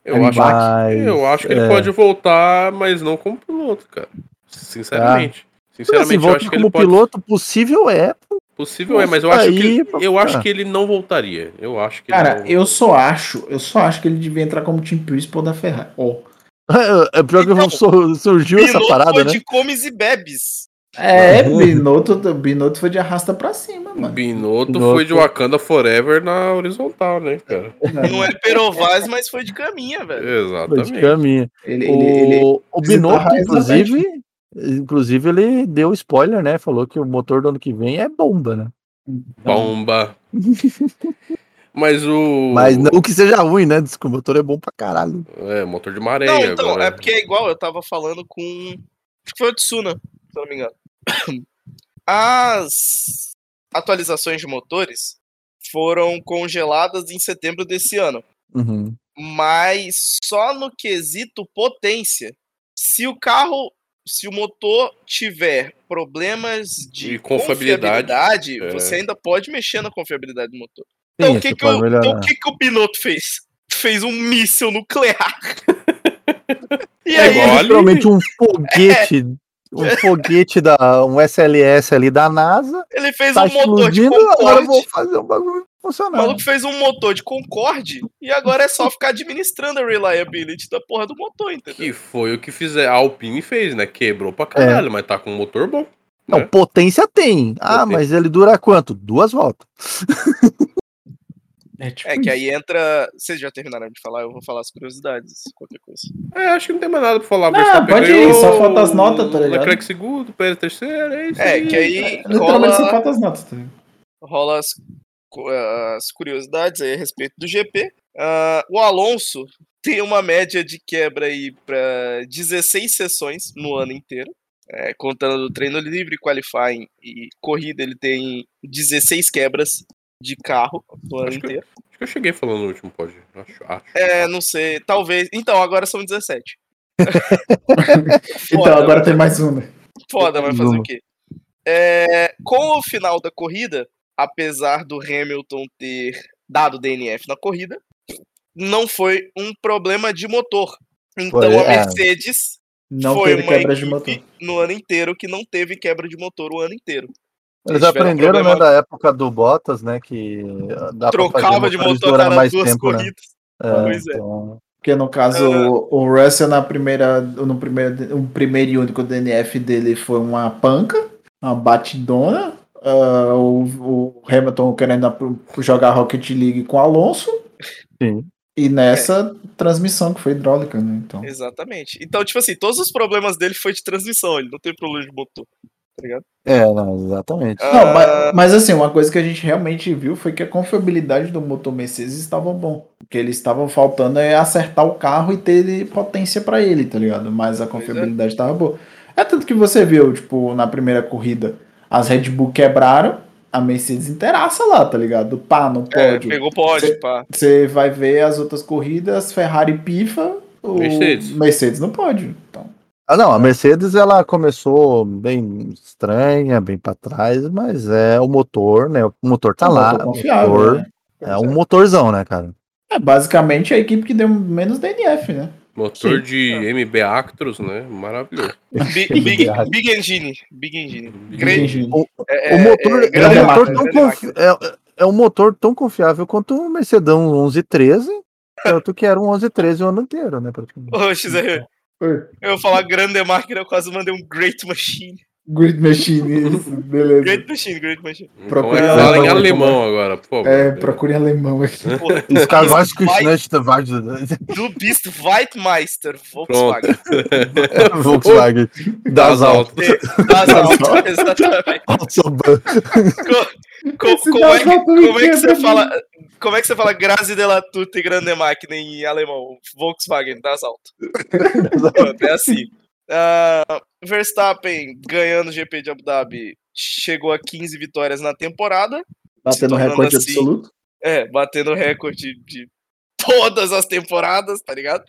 Eu, acho que, Mas, eu acho que ele é, pode voltar, mas não como piloto, cara. Sinceramente. assim, Sinceramente, eu voltar acho que ele como pode. piloto possível é. Possível é, mas eu Tá acho, que, aí ele- pra eu acho ficar. que ele não voltaria. Eu acho que ele Cara, não- eu só acho, eu só acho que ele devia entrar como team principal da Ferrari. Ó. É pior que Então, sur- surgiu essa Piloto parada, foi né? de comes e bebes. É, Binotto, Binotto foi de arrasta pra cima, O mano. Binotto, Binotto. foi de Wakanda Forever na horizontal, né, cara? Não é Perovaz, mas É, foi de caminha, velho. Foi de Exatamente. caminho. Ele, o, ele, ele- o ele Binotto, tá- inclusive, inclusive, ele deu spoiler, né? Falou que o motor do ano que vem é bomba, né? Bomba. Mas o. Mas não que seja ruim, né? Diz que o motor é bom pra caralho. É, motor de maré. Não, então, agora. é porque é igual, eu tava falando com. Acho que foi o Tsuna, se eu não me engano. As atualizações de motores foram congeladas em setembro desse ano. Uhum. Mas só no quesito potência. Se o carro. Se o motor tiver problemas de De confiabilidade, confiabilidade, é. você ainda pode mexer na confiabilidade do motor. Sim, Então, o você que que, pode o, melhorar. então o que que o Binotto fez? Fez um míssil nuclear. e É aí, igual ele- a- Literalmente um foguete, É. um foguete da um SLS ali da NASA, ele fez tá um motor de explodindo, agora eu vou Concorde. fazer um bagulho O funcionar. maluco fez um motor de Concorde e agora é só ficar administrando a reliability da porra do motor, entendeu? Que foi o que fizer. A Alpine fez, né? Quebrou pra caralho, É. mas tá com um motor bom. Não, é. né? potência tem. Ah, Potência. mas ele dura quanto? Duas voltas. É Hum. que aí entra. Vocês já terminaram de falar, eu vou falar as curiosidades, qualquer coisa. É, acho que não tem mais nada pra falar. Não, Verstappen pode ir, ganhou, só falta as notas, tá ligado? Leclerc segundo, Pérez terceiro, é isso. É, que aí Literalmente só rola, falta as notas. tá ligado? rola as, cu- as curiosidades aí a respeito do GP. Ah, o Alonso tem uma média de quebra aí para 16 sessões no ano inteiro. É, contando o treino livre, qualifying e corrida, ele tem 16 quebras de carro no ano Acho que- inteiro. Acho que eu cheguei falando no último pódio. Acho, acho. É, não sei, talvez. Então, agora são 17. Então, Foda, né? agora tem mais uma. Foda, vai fazer Vamos. o quê? É, com o final da corrida, apesar do Hamilton ter dado DNF na corrida, não foi um problema de motor. Então Foi, a é. Mercedes Não foi teve uma quebra de motor. equipe no ano inteiro que não teve quebra de motor o ano inteiro. Eles Eles tiveram aprenderam, né, problema- da época do Bottas, né, que dá pra fazer Trocava de motores motor a durar cada mais duas tempo, né? corridas. É, Pois é. então, Porque no caso, Ah. o- o Russell na primeira, no primeiro, o primeiro e único DNF dele foi uma panca, uma batidona. ah, o, o Hamilton querendo apro- jogar Rocket League com o Alonso. Sim. E nessa transmissão que foi hidráulica, né? Então. Exatamente. Então, tipo assim, todos os problemas dele foi de transmissão, ele não teve problema de motor. tá ligado? É, não, exatamente. Ah, Não, mas, mas assim, uma coisa que a gente realmente viu foi que a confiabilidade do motor Mercedes estava bom. O que eles estavam faltando é acertar o carro e ter potência para ele, tá ligado? Mas a é. confiabilidade estava boa. É tanto que você viu, tipo, na primeira corrida, as Red Bull quebraram, a Mercedes inteiraça lá, tá ligado? Pá, no É, pódio. pegou pódio, pá. Você vai ver as outras corridas, Ferrari pifa, o Mercedes. Mercedes, não pode. Então, Ah, não, a Mercedes ela começou bem estranha, bem para trás, mas é o motor, né? O motor tá um lá, motor o motor, né? é um motorzão, né, cara? É basicamente a equipe que deu menos DNF, né? Motor Sim. de É. MB Actros, né? Maravilhoso. Bi- Big Big, errado. Big Engine. Big Engine. Grande- Entendi. é- o motor, é, é, grande um motor máquina, tão grande confi- é- é um motor tão confiável quanto o Mercedão 1113, tanto que era um 1113 o ano inteiro, né? praticamente. Ô, XR, Oi. eu ia falar grande máquina, eu quase mandei um Great Machine. Grid Machine, isso, beleza. Great Machine, Great Machine. Então Procura é lá, fala em vamos, alemão agora, por favor. É, procure alemão aqui. Porra, Os caras acham que o Vai- Schnitt da Vard- Du bist Weitmeister, Volkswagen. Volkswagen das altas. Das Auto, Ah, exatamente. Autobahn. Co- co- Esse como, é Das que, Auto me como é que você quebra, fala. Como é que você fala Grazi de la Tuta e Grande Máquina em alemão? Volkswagen, das Auto. Pronto, é assim. Ah, Verstappen ganhando o GP de Abu Dhabi chegou a 15 vitórias na temporada. Batendo tornando recorde assim. absoluto. É, batendo recorde de todas as temporadas, tá ligado?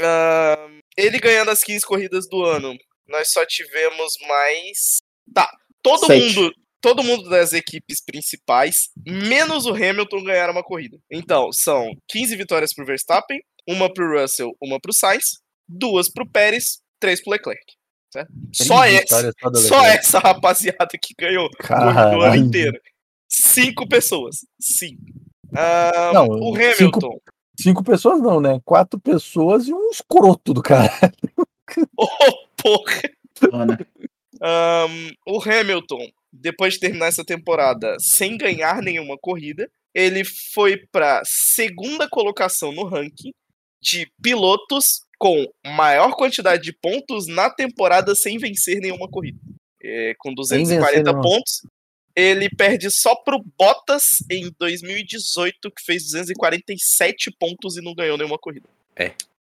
Ah, ele ganhando as 15 corridas do ano. Nós só tivemos mais. Tá. Todo Sete. mundo. Todo mundo das equipes principais, menos o Hamilton, ganharam uma corrida. Então, são 15 vitórias pro Verstappen, uma pro Russell, uma pro Sainz, duas pro Pérez, três pro Leclerc. certo? Só essa, só essa rapaziada que ganhou corrida do um ano Caralho. inteiro. Cinco pessoas. Sim. Ah, Não, cinco- o Hamilton. Cinco pessoas não, né? Quatro pessoas e um escroto do cara. Oh, porra. Ana. Ahm, o Hamilton, depois de terminar essa temporada sem ganhar nenhuma corrida, ele foi para segunda colocação no ranking de pilotos com maior quantidade de pontos na temporada sem vencer nenhuma corrida. É, com Sem vencer 240 nenhuma. pontos. Ele perde só pro Bottas em 2018, que fez 247 pontos e não ganhou nenhuma corrida.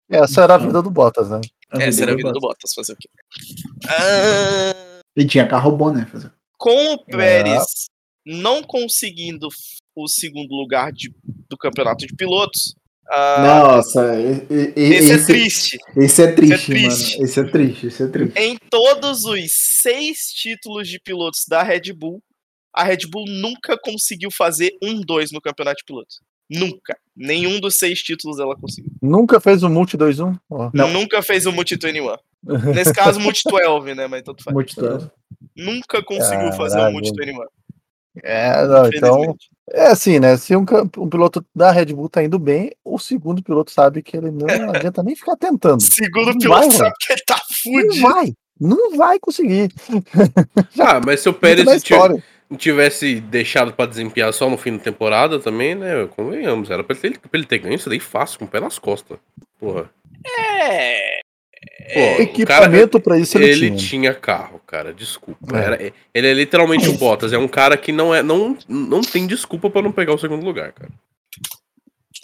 Essa era a vida do Bottas, né? Essa É, era a vida do Bottas, fazer o quê? Ah, E tinha carro bom, né? fazer. com o É. Pérez não conseguindo f- o segundo lugar de- do campeonato de pilotos, ah, Nossa, e- e- e- esse, esse, é triste. esse é triste, Esse é triste. mano. Esse é triste, esse é triste. Em todos os seis títulos de pilotos da Red Bull, a Red Bull nunca conseguiu fazer um dois no campeonato de pilotos. Nunca. Nenhum dos seis títulos ela conseguiu. Nunca fez o Multi 2-1. Ó. Não. Nunca fez o Multi-21. Nesse caso, Multi-12, né? Mas tanto faz. Multitudo. Nunca conseguiu fazer o Caralho. Multi-21. É, não, então. infelizmente. É assim, né? Se um, camp- um piloto da Red Bull tá indo bem, o segundo piloto sabe que ele não adianta nem ficar tentando. Segundo Não piloto, vai, né? sabe que ele tá Não fudido. vai. Não vai conseguir. Ah, mas se o Pérez Pérez da ti- história. tivesse deixado pra desempenhar só no fim da temporada também, né? Convenhamos. Era pra ele, pra ele ter ganho isso daí fácil, com o pé nas costas. Porra. É. Pô, o cara- Equipamento pra isso ele, Ele tinha. tinha carro, cara, desculpa. É. Era- ele é literalmente o Bottas, é um cara que não, é, não, não tem desculpa pra não pegar o segundo lugar, cara.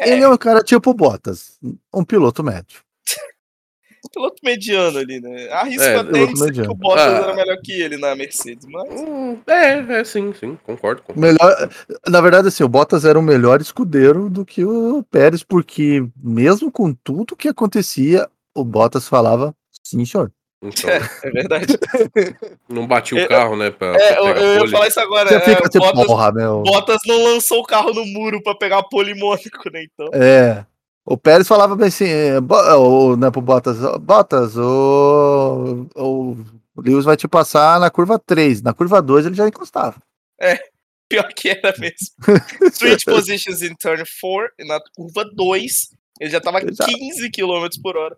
Ele é um cara tipo Bottas, um piloto médio. piloto mediano ali, né? Arrisco É, até piloto dizer que mediano. o Bottas Ah. era melhor que ele na Mercedes, mas. Hum, É, é sim, sim, concordo com Melhor, na verdade, assim, o Bottas era um melhor escudeiro do que o Pérez, porque mesmo com tudo que acontecia, o Bottas falava sim, senhor. então, É verdade. Não bati Eu- o carro, né? Pra, É, pra eu, pegar eu ia pole. falar isso agora. Você é, fica tipo, Bottas, porra, meu. Bottas não lançou o carro no muro pra pegar pole em Mônaco, né? Então. É. O Pérez falava bem assim, é, Bo- o, né, pro Bottas, ó, Bottas, o, o Lewis vai te passar na curva 3, na curva 2 ele já encostava. Pior que era mesmo. Switch positions in turn 4, e na curva 2, ele já tava Exato. 15 km por hora.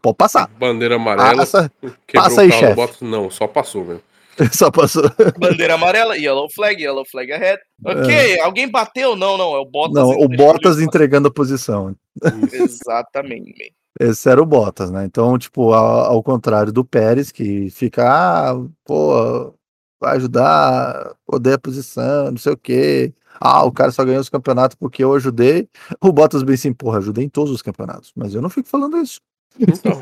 Pode passar. Bandeira amarela, Passa, quebrou passa o aí, carro do chefe. Bottas. Não, só passou mesmo. só passou. Bandeira amarela, yellow flag, yellow flag ahead. Ok, alguém bateu? Não, não, é o Bottas. Não, o deixou ele Bottas passar. entregando a posição. Exatamente. Esse era o Bottas, né? Então, tipo, a- ao contrário do Pérez, que fica, ah, pô, vai ajudar, odeia a posição, não sei o quê. Ah, o cara só ganhou os campeonatos porque eu ajudei. O Bottas bem assim, porra, ajudei em todos os campeonatos. Mas eu não fico falando isso. Então,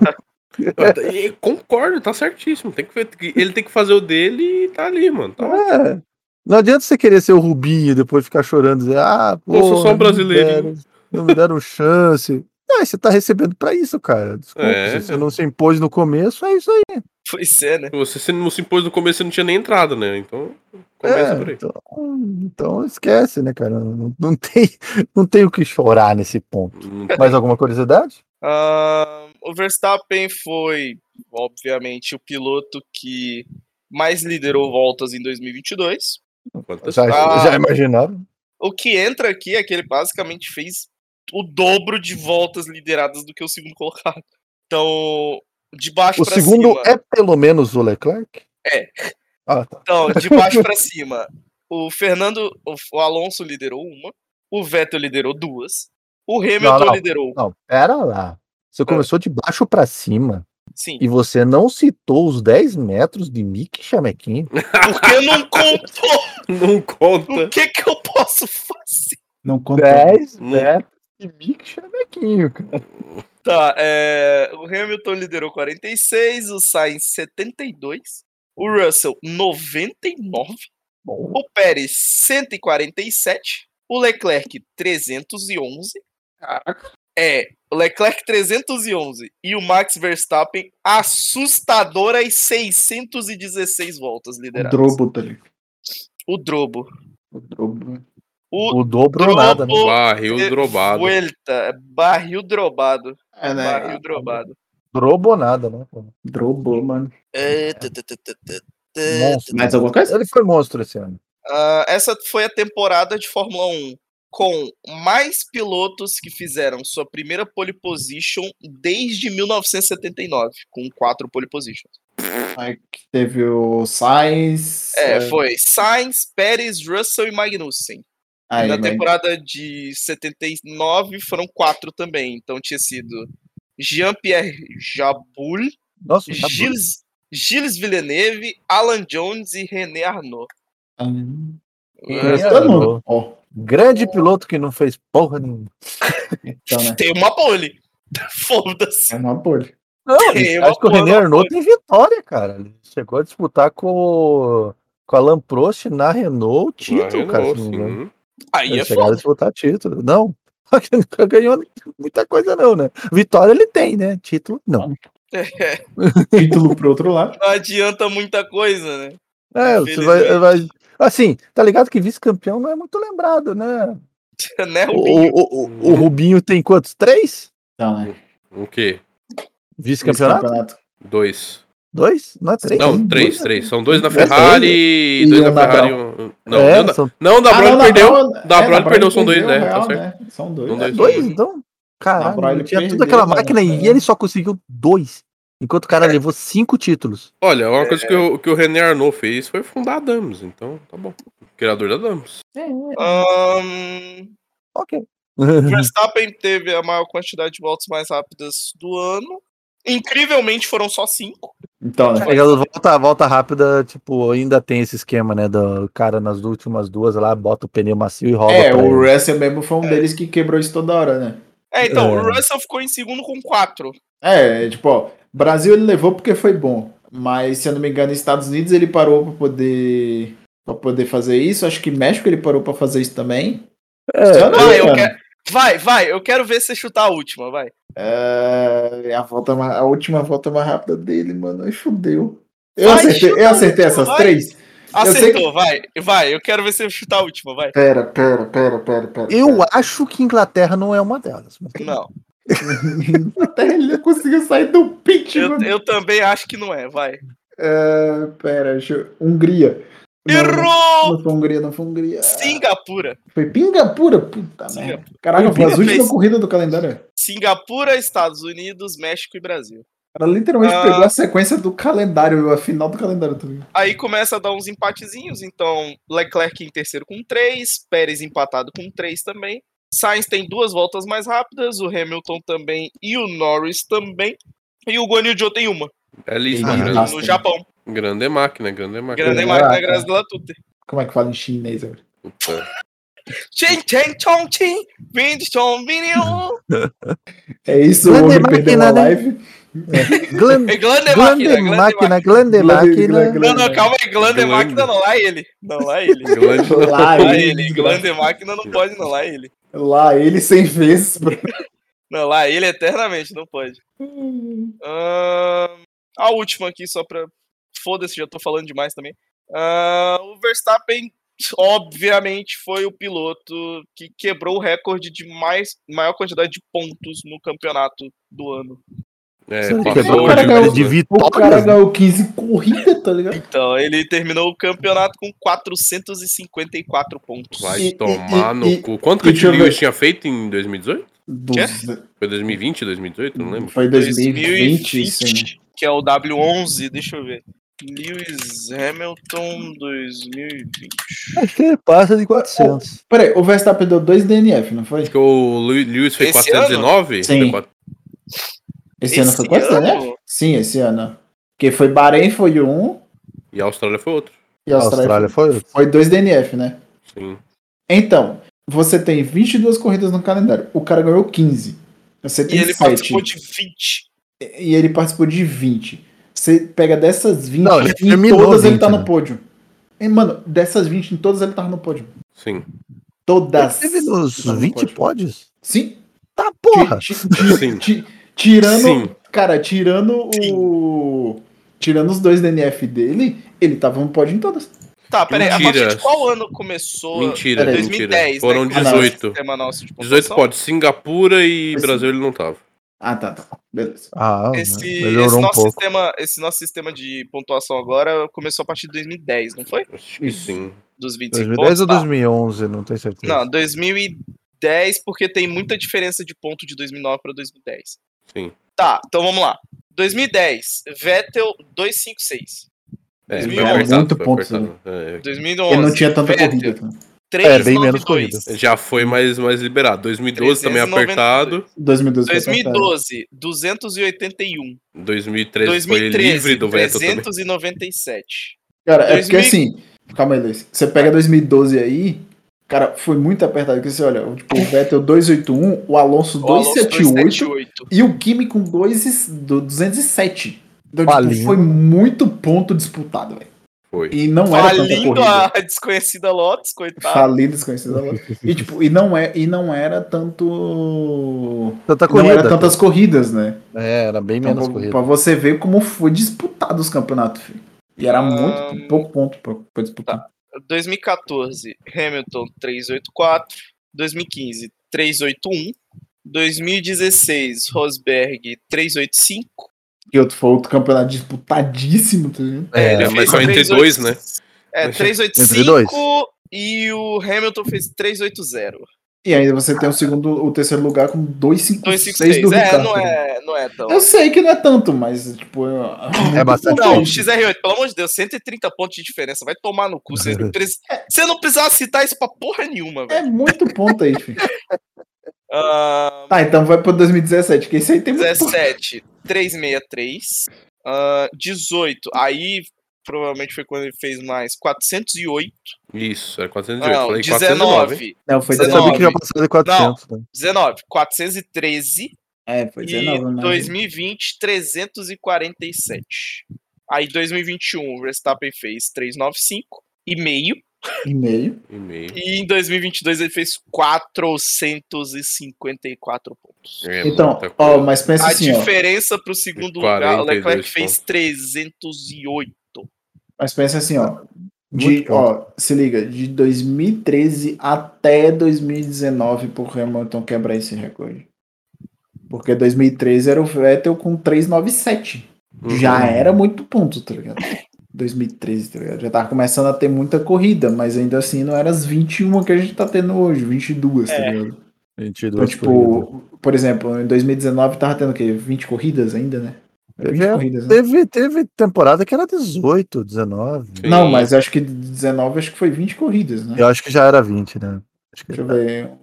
eu- eu tá, concordo, tá certíssimo. Tem que, ver- ele tem que fazer o dele e tá ali, mano. Tá É. Não adianta você querer ser o Rubinho e depois ficar chorando e dizer, ah, pô. sou só um brasileirinho." Não me deram chance. Ah, você tá recebendo pra isso, cara. Desculpa, É. se você não se impôs no começo, é isso aí. Pois é, né? Você se não se impôs no começo, você não tinha nem entrado, né? Então, começa É, por aí. Então, então esquece, né, cara? Não, não tem, não tem o que chorar nesse ponto. Não- Mais alguma curiosidade? Ahn, o Verstappen foi, obviamente, o piloto que mais liderou voltas em 2022. quantas- Já, Ah. já imaginaram? O que entra aqui é que ele basicamente fez o dobro de voltas lideradas do que o segundo colocado. Então, de baixo O pra segundo cima. é pelo menos o Leclerc? É. Ah, tá. Então, de baixo pra cima. O Fernando, o- o Alonso liderou uma, o Vettel liderou duas, o Hamilton não. liderou, Não, pera lá. Ah. Você começou de baixo pra cima sim. e você não citou os 10 metros de Mick Chamequinho. Porque não contou Não o conta. que que eu posso fazer. Não conta. 10 Não. metros de Mick Chamequinho, cara. Tá, é, o Hamilton liderou 46, o Sainz 72, o Russell 99, Bom, o Pérez 147, o Leclerc 311. É, o Leclerc 311 e o Max Verstappen assustadoras 616 voltas O lideradas. Drobo, tá ligado? O Drobo. O Drobo. O o dobro ou nada, né? Drobo Barril de drobado. Vuelta, é barril drobado. É, né? Barril drobado. Drobo ou nada, né? Drobo, mano. É, tã, tã, tã, tã, tã, tã. Monstro. Mais alguma coisa? Ele foi monstro esse ano. Ah, essa foi a temporada de Fórmula 1 com mais pilotos que fizeram sua primeira pole position desde 1979, com quatro pole positions. Aí que teve o Sainz. É, foi Sainz, Pérez, Russell e Magnussen. aí, né? Na mas- temporada de 79 foram quatro também, então tinha sido Jean-Pierre Jabul, Nossa, tá bom. Gilles, Gilles Villeneuve, Alan Jones e René Arnaud. Ah, hum. René Eh, Todo Arnaud. mundo. Ó, Grande piloto que não fez porra nenhuma. então, né? Tem uma pole. Foda-se. É uma bolha. Não, Tem uma acho que o porra, René uma Arnaud tem vitória, cara. Ele chegou a disputar com, o- com a Alan Prost na Renault o Ah, um título, Renault, cara. se não me engano. sim. Aí Ele é chegaram a foda. disputar título. Não, só que nunca ganhou muita coisa, não, né? Vitória ele tem, né? Título, não. Título pro outro lado. Não adianta muita coisa, né? É, você vai, vai- Assim, tá ligado que vice-campeão não é muito lembrado, né? Né, O, Rubinho? o- o- o Rubinho tem quantos? Três? Então, né? O quê? Vice-campeonato? Campeonato. Dois. Dois? Não é três? Não, Dois, três, né? três. São dois na Dois, Ferrari e dois dois. E na um na Ferrari. e um- Não, é, não, da- são não, da Ah, Brown não, perdeu. Brown- Da é, Brown ele perdeu, são dois, perdeu, né? Tá real, certo. né? São São dois. dois. né? Dois, então? Na Braille Caralho, tinha perdeu, toda aquela mano, máquina e cara. ele só conseguiu dois. Enquanto o cara levou cinco títulos. Olha, uma coisa É. que o, que o René Arnaud fez foi fundar a Damos, então tá bom. Criador da Damos. É, Ahn, Ok. o Verstappen teve a maior quantidade de voltas mais rápidas do ano. Incrivelmente foram só cinco. Então, né? Aquela volta, volta rápida, tipo, ainda tem esse esquema, né? Do cara nas últimas duas lá, bota o pneu macio e roda. É, pra o ele. Russell mesmo foi um deles que quebrou isso toda hora, né? É, então, o É. Russell ficou em segundo com quatro. É, tipo, ó, Brasil ele levou porque foi bom. Mas, se eu não me engano, Estados Unidos ele parou pra poder, pra poder fazer isso. Acho que México ele parou pra fazer isso também. É, Se eu não me Vai, Ah, eu engano. quero- Vai, vai, eu quero ver você chutar a última, vai. É, a, volta mais- a última volta mais rápida dele, mano. Ai, fudeu. Eu Vai, acertei, chuta, eu acertei vai. essas três? Eu sei Acertou, vai, vai, eu quero ver você chutar a última, vai. Pera, pera, pera, pera, pera. eu acho que Inglaterra não é uma delas. mas tudo Não, pera. Até ele conseguiu sair do pit, eu, mano. eu também acho que não é, vai. É, pera, deixa eu- Hungria. Não, Errou! Não foi Hungria, não foi Hungria. Singapura. Foi Pingapura? Puta Singapura. merda. Caraca, foi as Hungria últimas fez- corridas do calendário. Singapura, Estados Unidos, México e Brasil. Ela literalmente Ah. pegou a sequência do calendário, a final do calendário também. Aí começa a dar uns empatezinhos, então Leclerc em terceiro com 3, Pérez empatado com 3 também, Sainz tem duas voltas mais rápidas, o Hamilton também e o Norris também. E o Guan Yu Zhou tem uma, Belíssima. Ah, grande, nossa. no Japão. grande máquina, grande máquina. Grande Ah, máquina, tá. graças a tudo. Como é que fala em chinês? velho? Puta. Chen, chen, chong, chin, vinte, chong, vinho. É isso, o Grande homem perdeu máquina, a né? live. Glan- É grande máquina, Glande grande máquina. máquina, glande máquina. Não, não, calma aí, grande Grande. máquina não, lá é ele. Não, lá ele. Grande- Lá é Lá ele, ele, grande máquina não pode não, lá é ele. lá ele 100 vezes, bro. Não, lá é ele eternamente não pode. Ahn, a última aqui, só pra. Foda-se, já tô falando demais também. Ahn, o Verstappen, obviamente, foi o piloto que quebrou o recorde de mais, maior quantidade de pontos no campeonato do ano. É, Sabe passou que é Quebrou o bom, cara, Gilberto. ganhou- de O né? cara vitória. ganhou 15 corridas, tá ligado? Então, ele terminou o campeonato com 454 pontos. Vai E- tomar e- no e- cu. Quanto e que o Tim deixa eu Lewis tinha feito em 2018? Dos- Foi 2020, 2018? Não lembro. Foi 2020, sim. que é o W11, deixa eu ver. Lewis Hamilton 2020. Acho que ele passa de 400. Peraí, o Verstappen deu 2 DNF, não foi? Acho que o Lew- Lewis foi Esse 419? Sim. Foi quatro- Esse, ano foi né? quantos ano? DNF? Sim, esse ano. Porque foi Bahrein, foi um, E a Austrália foi outro. e a A Austrália, Austrália foi. foi 2 DNF, né? Sim. Então, você tem 22 corridas no calendário. O cara ganhou 15. Você E tem ele 7. participou de 20. E ele participou de 20. Você pega dessas 20, Não, ele em terminou todas ele 20, tá né? no pódio. E, mano, dessas 20, em todas ele tava no pódio. Sim. Todas. Ele teve nos Não, não 20 pode. pódios? Sim. Tá porra! Ti- ti- ti- Sim. ti- tirando, Sim. cara, tirando o tirando os dois DNF dele, ele tava no pódio em todas. Tá, peraí, a partir Mentira. de qual ano começou? Mentira, Peraí. mentira. 2010, né, Foram que começou esse 18. sistema nosso de 18 pontuação? pódios. Singapura e Esse- Brasil ele não tava. Ah, tá, tá. Beleza. Ah, Esse, esse melhorou um nosso pouco. sistema, esse nosso sistema de pontuação agora começou a partir de 2010, não foi? Acho que sim. Dos 25 2010 ou pontos. tá. 2011, não tenho certeza. Não, 2010, porque tem muita diferença de ponto de 2009 para 2010. Sim. Tá, então vamos lá. 2010, Vettel 256. É, foi 2011. apertado, Muito foi pontos, né? apertado. É, Ele 2011, não tinha tanta Vettel, corrida. tá. cara. É, bem menos 392. corrida. Já foi mais, mais liberado. 2012 também 392. apertado. 2012. foi apertado. 2012, 281. 2013 foi 2013, livre do veto também. 397. Cara, é porque 2000 assim, calma aí, Luiz. Você pega 2012 aí, cara, foi muito apertado. Porque você olha, tipo, o Vettel 281, o Alonso O Alonso 278 278. E o Kimi com dois, e- do 207. Então, tipo, Falindo. foi muito ponto disputado, velho. Foi. E não era tanta Falindo ah. corrida. a desconhecida Lotus, coitado. Falido, desconhecido. da loja. E, tipo, e, não é, e não era tanto. Tanta tá não corrida. era tantas corridas, né? É, era bem Então, menos pra, corrida. pra você ver como foi disputado os campeonatos, filho. E era Ahn. Tá. muito pouco ponto pra, pra disputar. 2014, Hamilton 384. 2015, 381. 2016, Rosberg 385. E outro foi outro campeonato disputadíssimo, tá ligado? É, ele mas fez só entre 385, dois, né? É, Mas- 385 e o Hamilton fez 380. E ainda você tem o segundo, o terceiro lugar com 256 do 256. É, Ricardo. tá não é, não é tão. Eu sei que não é tanto, mas, tipo, é, É bastante Não, Não. XR8, pelo amor de Deus, 130 pontos de diferença. Vai tomar no cu. Você não, precisa, você não precisava citar isso pra porra nenhuma, velho. É muito ponto aí, filho. Ah, Tá, então vai pro 2017, que esse aí tem muito ponto. 17, 363. Ah, 18, aí provavelmente foi quando ele fez mais. 408. Isso, era Ah, 418. não, Falei 419. 19. Não, foi Eu sabia 19. que já passou de 400. Né? 19, 413. É, foi E 19, mas... 2020, 347. Aí 2021, o Verstappen fez 395 e meio. E meio. E meio. E em 2022 ele fez 454 pontos. É Então, muita ó, coisa. mas pensa A assim, ó. diferença para o segundo lugar, o 42 Leclerc pontos. fez 308. Mas pensa assim, ó. De, Muito ó, se liga, de 2013 até 2019 pro Hamilton quebrar esse recorde. Porque 2013 era o Vettel com 397. Uhum. Já era muito ponto, tá ligado? 2013, tá ligado? Já tava começando a ter muita corrida, mas ainda assim não era as 21 que a gente tá tendo hoje, 22, tá É. ligado? Então, 22 tipo, corridas. por exemplo, em 2019 tava tendo o quê? 20 corridas ainda, né? Eu 20 já corridas, né? Teve, teve temporada que era 18, 19. Sim. Não, mas acho que 19 acho que foi 20 corridas, né? Eu acho que já era 20, né? Acho que Deixa eu ele tá- ver. 1,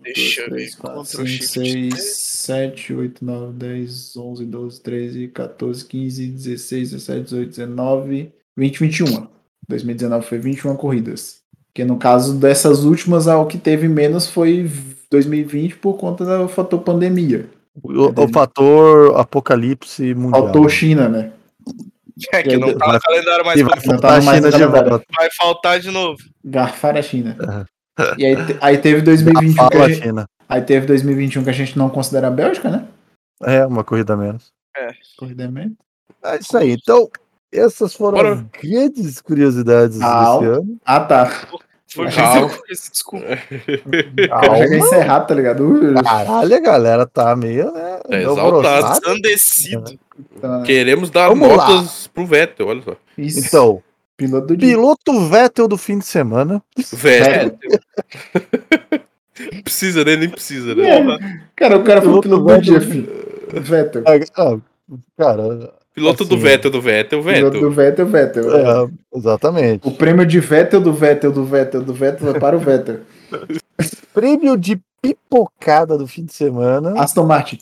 2, Deixa eu 3, ver, 4, 5, Ctrl Shift 6, 7, 8, 9, 10, 11, 12, 13, 14, 15, 16, 17, 18, 19, 20, 21. 2019 foi 21 corridas. Que no caso dessas últimas, a o que teve menos foi 2020 por conta do fator pandemia. O, o fator apocalipse mundial. Faltou China, né? É que não tá no calendário mais E vai vai, faltar a China de volta. vai faltar de novo. Garfar a China. E aí, te- aí teve 2021 Fala que a um a gente, China. aí teve 2021 que a gente não considera a Bélgica, né? É, uma corrida a menos. Corrida é meio- É isso aí. Então, essas foram Bora. as grandes curiosidades Au. desse ano. Ah, tá. Foi Calma. muita coisa, desculpa. Ah, O cara já quer encerrar, tá ligado? Uh, Caralho, a galera tá meio, né? É, meio exaltado. alvoroçada. Sandecido. tá. Queremos dar Vamos lá. notas pro Vettel, olha só. Isso. Então, piloto do dia. piloto Vettel do fim de semana. Vettel. precisa, né? Nem precisa, né? É. Cara, o cara foi o Piloto piloto do Vettel. dia, filho. Vettel. Ah, Cara, Piloto do Assim. Vettel, do é Vettel, Piloto Vettel. do Vettel, Vettel. é, exatamente. O prêmio de Vettel, do Vettel, do Vettel, do Vettel é para o Vettel. Prêmio de pipocada do fim de semana. Aston Martin.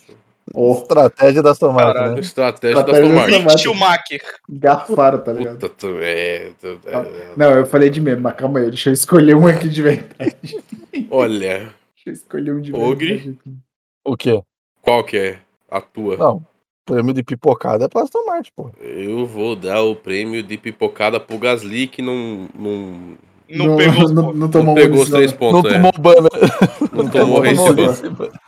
Oh, Estratégia da Aston Martin, Caralho, né? estratégia da Estratégia Aston da Martin. Aston Martin. Schumacher. garfaram, tá ligado? Puta, tu- é, tu- é. Não, eu falei de mesmo, mas calma aí, deixa eu escolher um aqui de verdade. Deixa Olha, eu escolher um de Ogre. verdade. aqui. O quê? qual que é a tua? Ah. Não. Prêmio de pipocada é pra Aston Martin, pô. Eu vou dar o prêmio de pipocada pro Gasly, que não, não, Não, pegou os não, pontos. não não tomou pegou os munição, três né? Não pontos. é. tomou banner. Não tomou Não esse tomou ponto.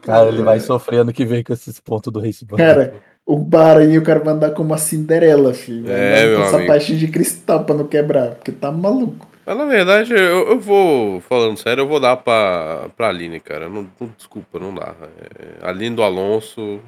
Cara, ele vai sofrer ano que vem com esses pontos do Race Ban. Cara, o Bahrein o cara vai andar como a Cinderela, filho. É, Vai andar meu com essa amigo. parte de cristal pra não quebrar, porque tá maluco. Mas na verdade, eu, eu vou, falando sério, eu vou dar pra, pra Aline, cara. Não, não- desculpa, não dá. É, Aline do Alonso.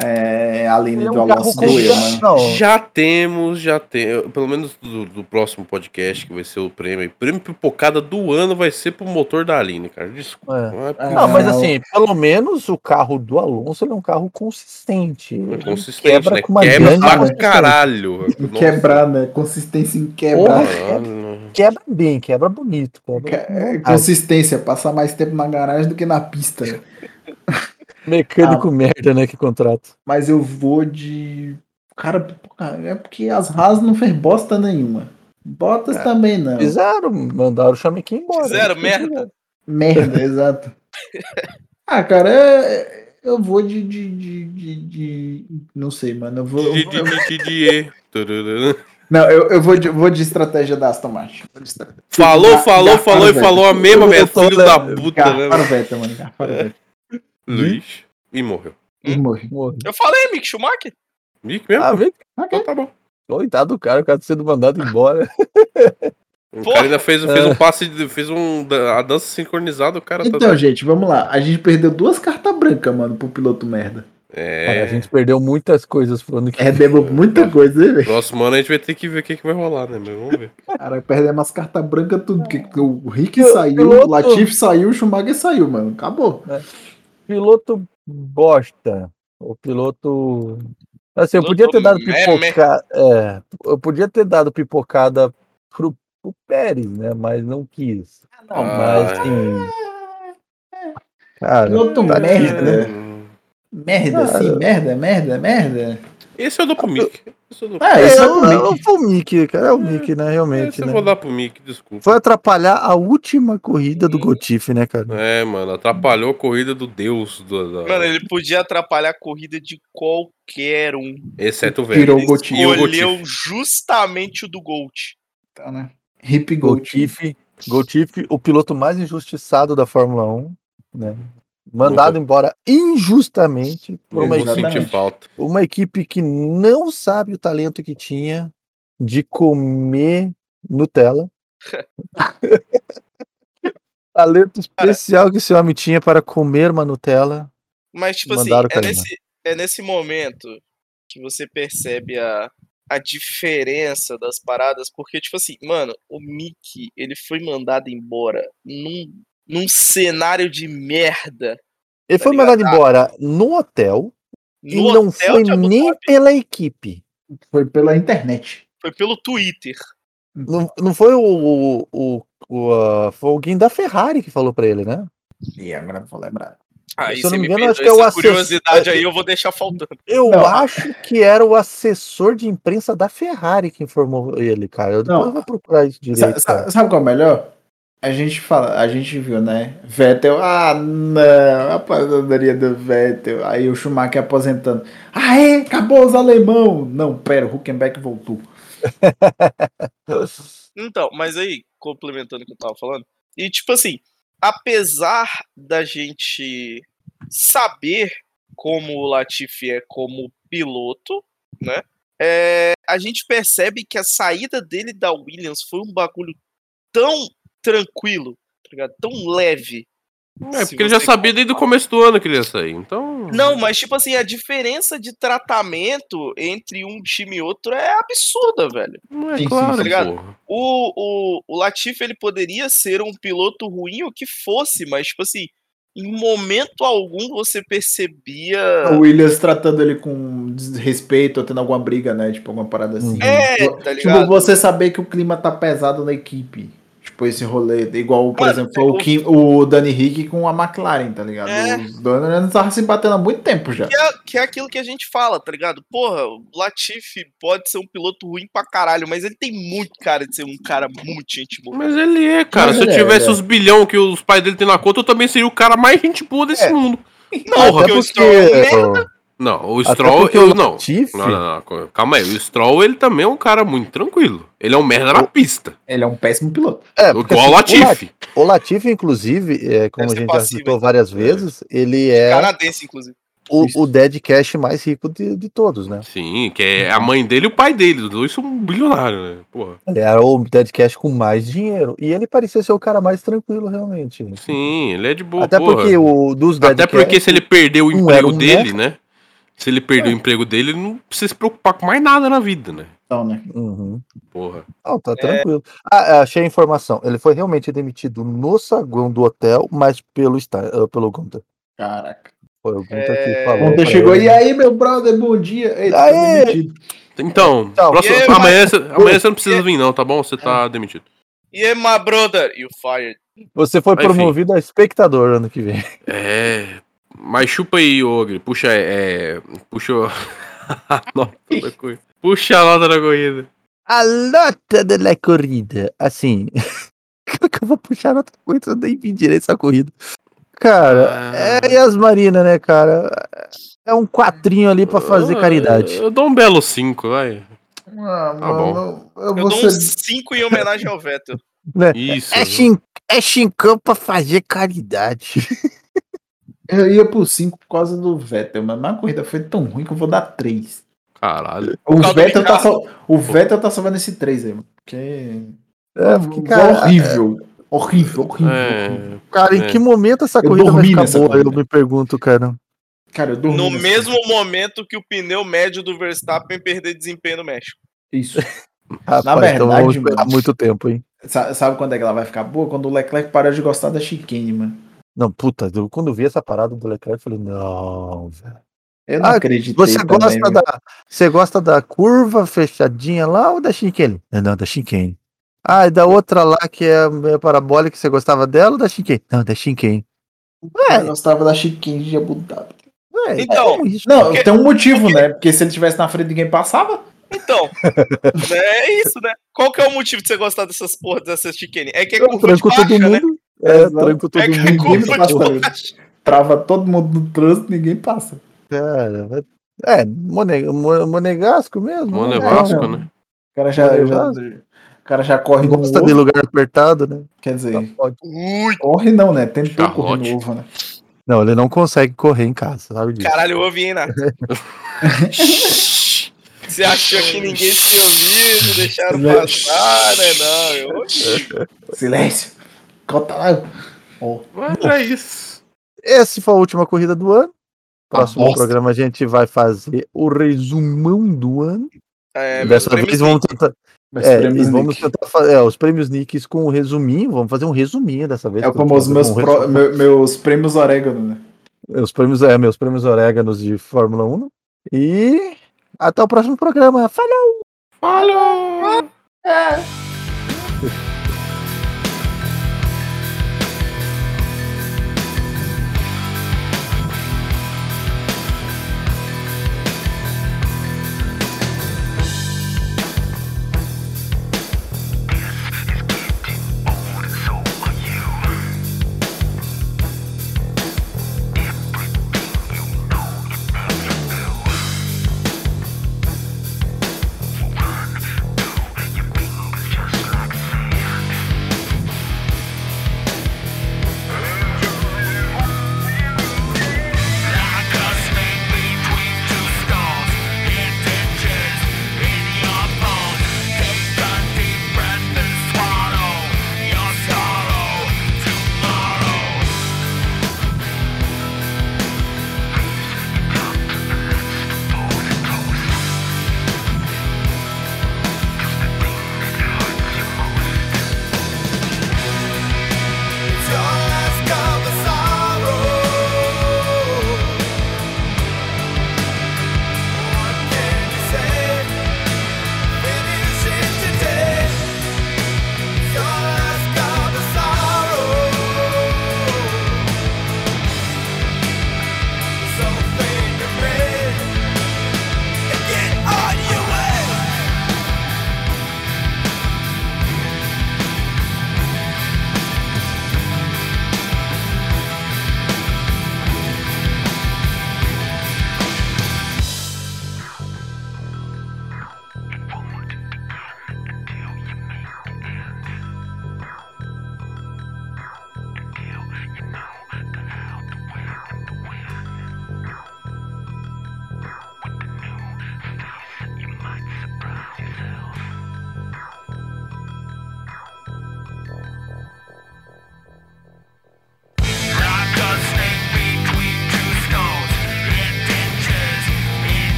É, a Ele Aline é um do carro Alonso com doeu, né? mano. Não, Já temos, já temos. Pelo menos do, do próximo podcast, que vai ser o prêmio. O prêmio pipocada do ano vai ser pro motor da Aline, cara. Desculpa. É. mas Não, mas Não. assim, pelo menos o carro do Alonso ele é um carro consistente. é consistente, quebra né? com uma Quebra grande pra consistência. caralho. Em Nossa, quebrar, né? Consistência em quebrar. mano. Quebra bem, quebra bonito. Quebra É, com vontade. Consistência, passar mais tempo na garagem do que na pista. né? Mecânico merda, né? Que contrato. Mas eu vou de. Cara, pô, cara, é porque as Haas não fez bosta nenhuma. Bottas também não. Fizeram, mandaram o Chamequim embora. Fizeram Isso merda. que eu digo. Merda, exato. Ah, cara, é- eu vou de, de, de, de, de- Não sei, mano. Eu vou. eu vou- eu- Didier. Turururu. Não, eu, eu vou, de, eu vou de estratégia da Aston Martin. Vou de estratégia. Falou, Gar- falou, garfar falou o e Vettel. falou a mesma, Eu velho. tô Filho da lendo. puta, né? Garfar o velho? Vettel, mano. Garfar o Vettel. Luiz. E morreu. E morre. Morre. Eu falei, Mick Schumacher. Mick mesmo? Ah, vem Então tá bom. coitado do cara, o cara tá sendo mandado embora. O Porra! cara ainda fez, fez um passe, de- fez um, da- a dança sincronizada, o cara tá. Então, gente, vamos lá. A gente perdeu duas cartas brancas, mano, pro piloto merda. Cara, É. a gente perdeu muitas coisas pro ano que Perdemos muita coisa, hein, velho? Próximo ano a gente vai ter que ver o que, que vai rolar, né? Mas vamos ver. Cara, perdemos as cartas brancas tudo. porque O Rick Eu- saiu, piloto- o Latif saiu, o Schumacher saiu, mano. Acabou. piloto bosta. O piloto. Assim, eu Piloto podia ter dado meme. pipocada. É, eu podia ter dado pipocada pro, pro Pérez, né? Mas não quis. Ah. Ah, não, mas mas- assim. Cara, Piloto tá- merda. Hum. Merda, sim, merda, merda, merda. Esse eu dou pro Mick. Esse eu dou pro Ah, É, isso é eu, o eu, foi o Mickey, cara. É o Mickey, né? Realmente, Esse eu né? vou dar pro Mick, desculpa. Foi atrapalhar a última corrida do Gotiff, né, cara? É, mano, atrapalhou a corrida do Deus. Do, da- Mano, ele podia atrapalhar a corrida de qualquer um. Exceto o velho. Tirou o Ele Gotti. E o Gotti. Escolheu justamente o do Gold. Tá, né? Hip Gold. Gotiff, Gotiff, o piloto mais injustiçado da Fórmula 1, né? Mandado embora injustamente por Eu uma vou equipe Exatamente. sentir falta. uma equipe que não sabe o talento que tinha de comer Nutella. talento especial que esse homem tinha para comer uma Nutella. Mas, tipo Mandaram assim, é carimbar. nesse, é nesse momento que você percebe a, a diferença das paradas, porque, tipo assim, mano, o Mickey, ele foi mandado embora num, num cenário de merda. Ele Tá foi ligado? mandado embora no hotel No e não hotel foi de Abu nem Dhabi, pela equipe. Foi pela internet. foi pelo Twitter. Não, não foi o, o, o, o, ah, foi alguém da Ferrari que falou pra ele, né? E agora não vou lembrar. Aí Se eu você não me me engano, acho perdoa que é o essa assessor- curiosidade aí, eu vou deixar faltando. Eu Não. acho que era o assessor de imprensa da Ferrari que informou ele, cara. Eu depois Não. vou procurar isso direito. Sa- sa- Sabe, qual é o melhor? A gente fala, a gente viu, né? Vettel, ah, não, a aposentadoria do Vettel. Aí o Schumacher aposentando. Ah, é, acabou os alemão. Não, pera, o Huckenbeck voltou. cara. Então, mas aí, complementando o que eu tava falando, e tipo assim, apesar da gente saber como o Latifi é como piloto, né? é, a gente percebe que a saída dele da Williams foi um bagulho tão tranquilo, tá ligado? tão leve. É, Se porque ele já você sabia desde o começo do ano que ele ia sair, então. Não, mas tipo assim, a diferença de tratamento entre um time e outro é absurda, velho. Não é Sim, sim, claro, tá ligado? porra. O, o, o Latifi ele poderia ser um piloto ruim o que fosse, mas tipo assim, em momento algum você percebia. O Williams tratando ele com desrespeito, ou tendo alguma briga, né? Tipo, alguma parada assim. Uhum. É, Tipo, tá Tipo, ligado? você saber que o clima tá pesado na equipe. Tipo, esse rolê. Igual, por Mano, exemplo, foi o, o- Kim- o Danny Hick com a McLaren, tá ligado? É. Os dois não estavam se batendo há muito tempo já. Que é, que é aquilo que a gente fala, tá ligado? Porra, o Latifi pode ser um piloto ruim pra caralho, mas ele tem muito cara de ser um cara muito gente boa. Mas ele é, cara. Mas Se eu ele é, tivesse ele é. os bilhão que os pais dele têm na conta, eu também seria o cara mais gente boa desse É. mundo. Não, Porra, Até porque o Stroll é um merda. porque, ó, Não, o até Stroll, porque eu o não. Latifi- Não, não, não, calma aí. O Stroll, ele também é um cara muito tranquilo. Ele é um merda na pista. Ele é um péssimo piloto. É, porque, Igual o assim, Latifi. O Latifi, inclusive, é, como a Deve ser gente já passivo, citou várias vezes, ele é Canadense, Um inclusive. o, o dead cash mais rico de, de todos, né? Sim, que é a mãe dele e o pai dele. Os dois são bilionários, né? Porra. Ele era o dead cash com mais dinheiro. E ele parecia ser o cara mais tranquilo, realmente. Sim, ele é de boa. Até porra. porque o dos dead Até porque cash- se ele perder o um É. era emprego um dele, né? Se ele perder o emprego dele, ele não precisa se preocupar com mais nada na vida, né? Então, né? Uhum. Porra. Não, tá tranquilo. Ah, achei a informação. Ele foi realmente demitido no saguão do hotel, mas pelo, Stein- ah, pelo Gunter. Caraca. Foi o Gunter É, que falou. Ontem pra chegou, ele. e aí, meu brother, bom dia. Ei, tá Aê! demitido. Então, Tchau. próximo- E aí, um amanhã, você, amanhã você não precisa vir, não, tá bom? Você tá É. demitido. E aí, my brother, you fired. Você foi Enfim. promovido a espectador ano que vem. É. Mas chupa aí, Ogre. Puxa, é. Puxa a nota da corrida. Puxa a nota da corrida. A nota da corrida. Assim. Como é que eu vou puxar outra coisa? Eu nem vi direito essa corrida. Cara, Ah. é as Marina, né, cara? É um quatrinho ali pra fazer Eu- caridade. Eu dou um belo 5, vai. Ah, Tá bom. mano, eu, Eu vou dou ser... um 5 em homenagem ao Vettel. Isso. É, xin, é xincão pra fazer caridade. eu ia pro 5 por causa do Vettel, mas a corrida foi tão ruim que eu vou dar 3. Caralho. O causa do Vettel, tá Ricardo. sal- o Vettel tá salvando esse 3 aí, mano. Porque. É, porque, cara, cara, horrível. Horrível, horrível. É, cara, em É. que momento essa Eu corrida vai dormi ficar nessa boa? Eu corrida. me pergunto, cara. Cara, eu dormi. No nessa- mesmo momento que o pneu médio do Verstappen perder desempenho no México. Isso. Rapaz, então verdade, vamos esperar mano. muito tempo, hein? Sa- Sabe quando é que ela vai ficar boa? Quando o Leclerc parar de gostar da chicane, mano. Não, puta, eu- quando eu vi essa parada do Leclerc, eu falei, não, velho. Eu não Ah, acreditei. Você também, gosta, viu? da, você gosta da curva fechadinha lá ou da Shinken? É, Não, não, da Shinken. Ah, e da outra lá que é meio parabólica, você gostava dela ou da Shinken? Não, da Shinken. Eu gostava da chicane de Abu Dhabi. Ué, Então, como É, isso? Não, Porque- tem um motivo, né? Porque se ele tivesse na frente, ninguém passava. Então, né, é isso, né? Qual que é o motivo de você gostar dessas porras, dessas chiquene? É que é curva de tranco baixa, todo né? mundo. É, Exato. tranco todo É que é mundo. curva Ninguém de passa. baixa. Trava todo mundo no trânsito, ninguém passa. Cara, vai- é, Mone- Mo- monegasco mesmo. né? Monegasco, não. né? O cara já, Olha, já- nossa. o cara já É, corre no Gosta ovo. de lugar apertado, né? Quer dizer, Ui, corre não, né? Tentou Charlotte. correr no ovo, né? Não, ele não consegue correr em casa, sabe disso? caralho, eu ouvi, hein, Nath? Você achou que ninguém tinha ouvido, deixaram Né? passar, né? Não, eu ouvi. Silêncio. Cota lá. Ó, Mas é isso. Esse foi a última corrida do ano. Próximo bosta. programa a gente vai fazer o resumão do ano. É, meus Dessa prêmios vez vamos tentar, meus é, prêmios, e vamos Nick. tentar fazer é, os prêmios Nicks com o resuminho. Vamos fazer um resuminho dessa vez. É o Vamos fazer famoso meus, um pro- resu- meu- meus prêmios orégano, né? meus prêmios, é, meus prêmios oréganos de Fórmula né? 1. E até o próximo programa. Falou! Falou!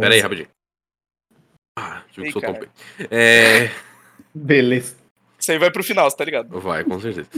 Pera aí, rapidinho. Ah, tive que soltar um peito. É, Beleza. Isso aí vai pro final, você tá ligado? vai, com certeza.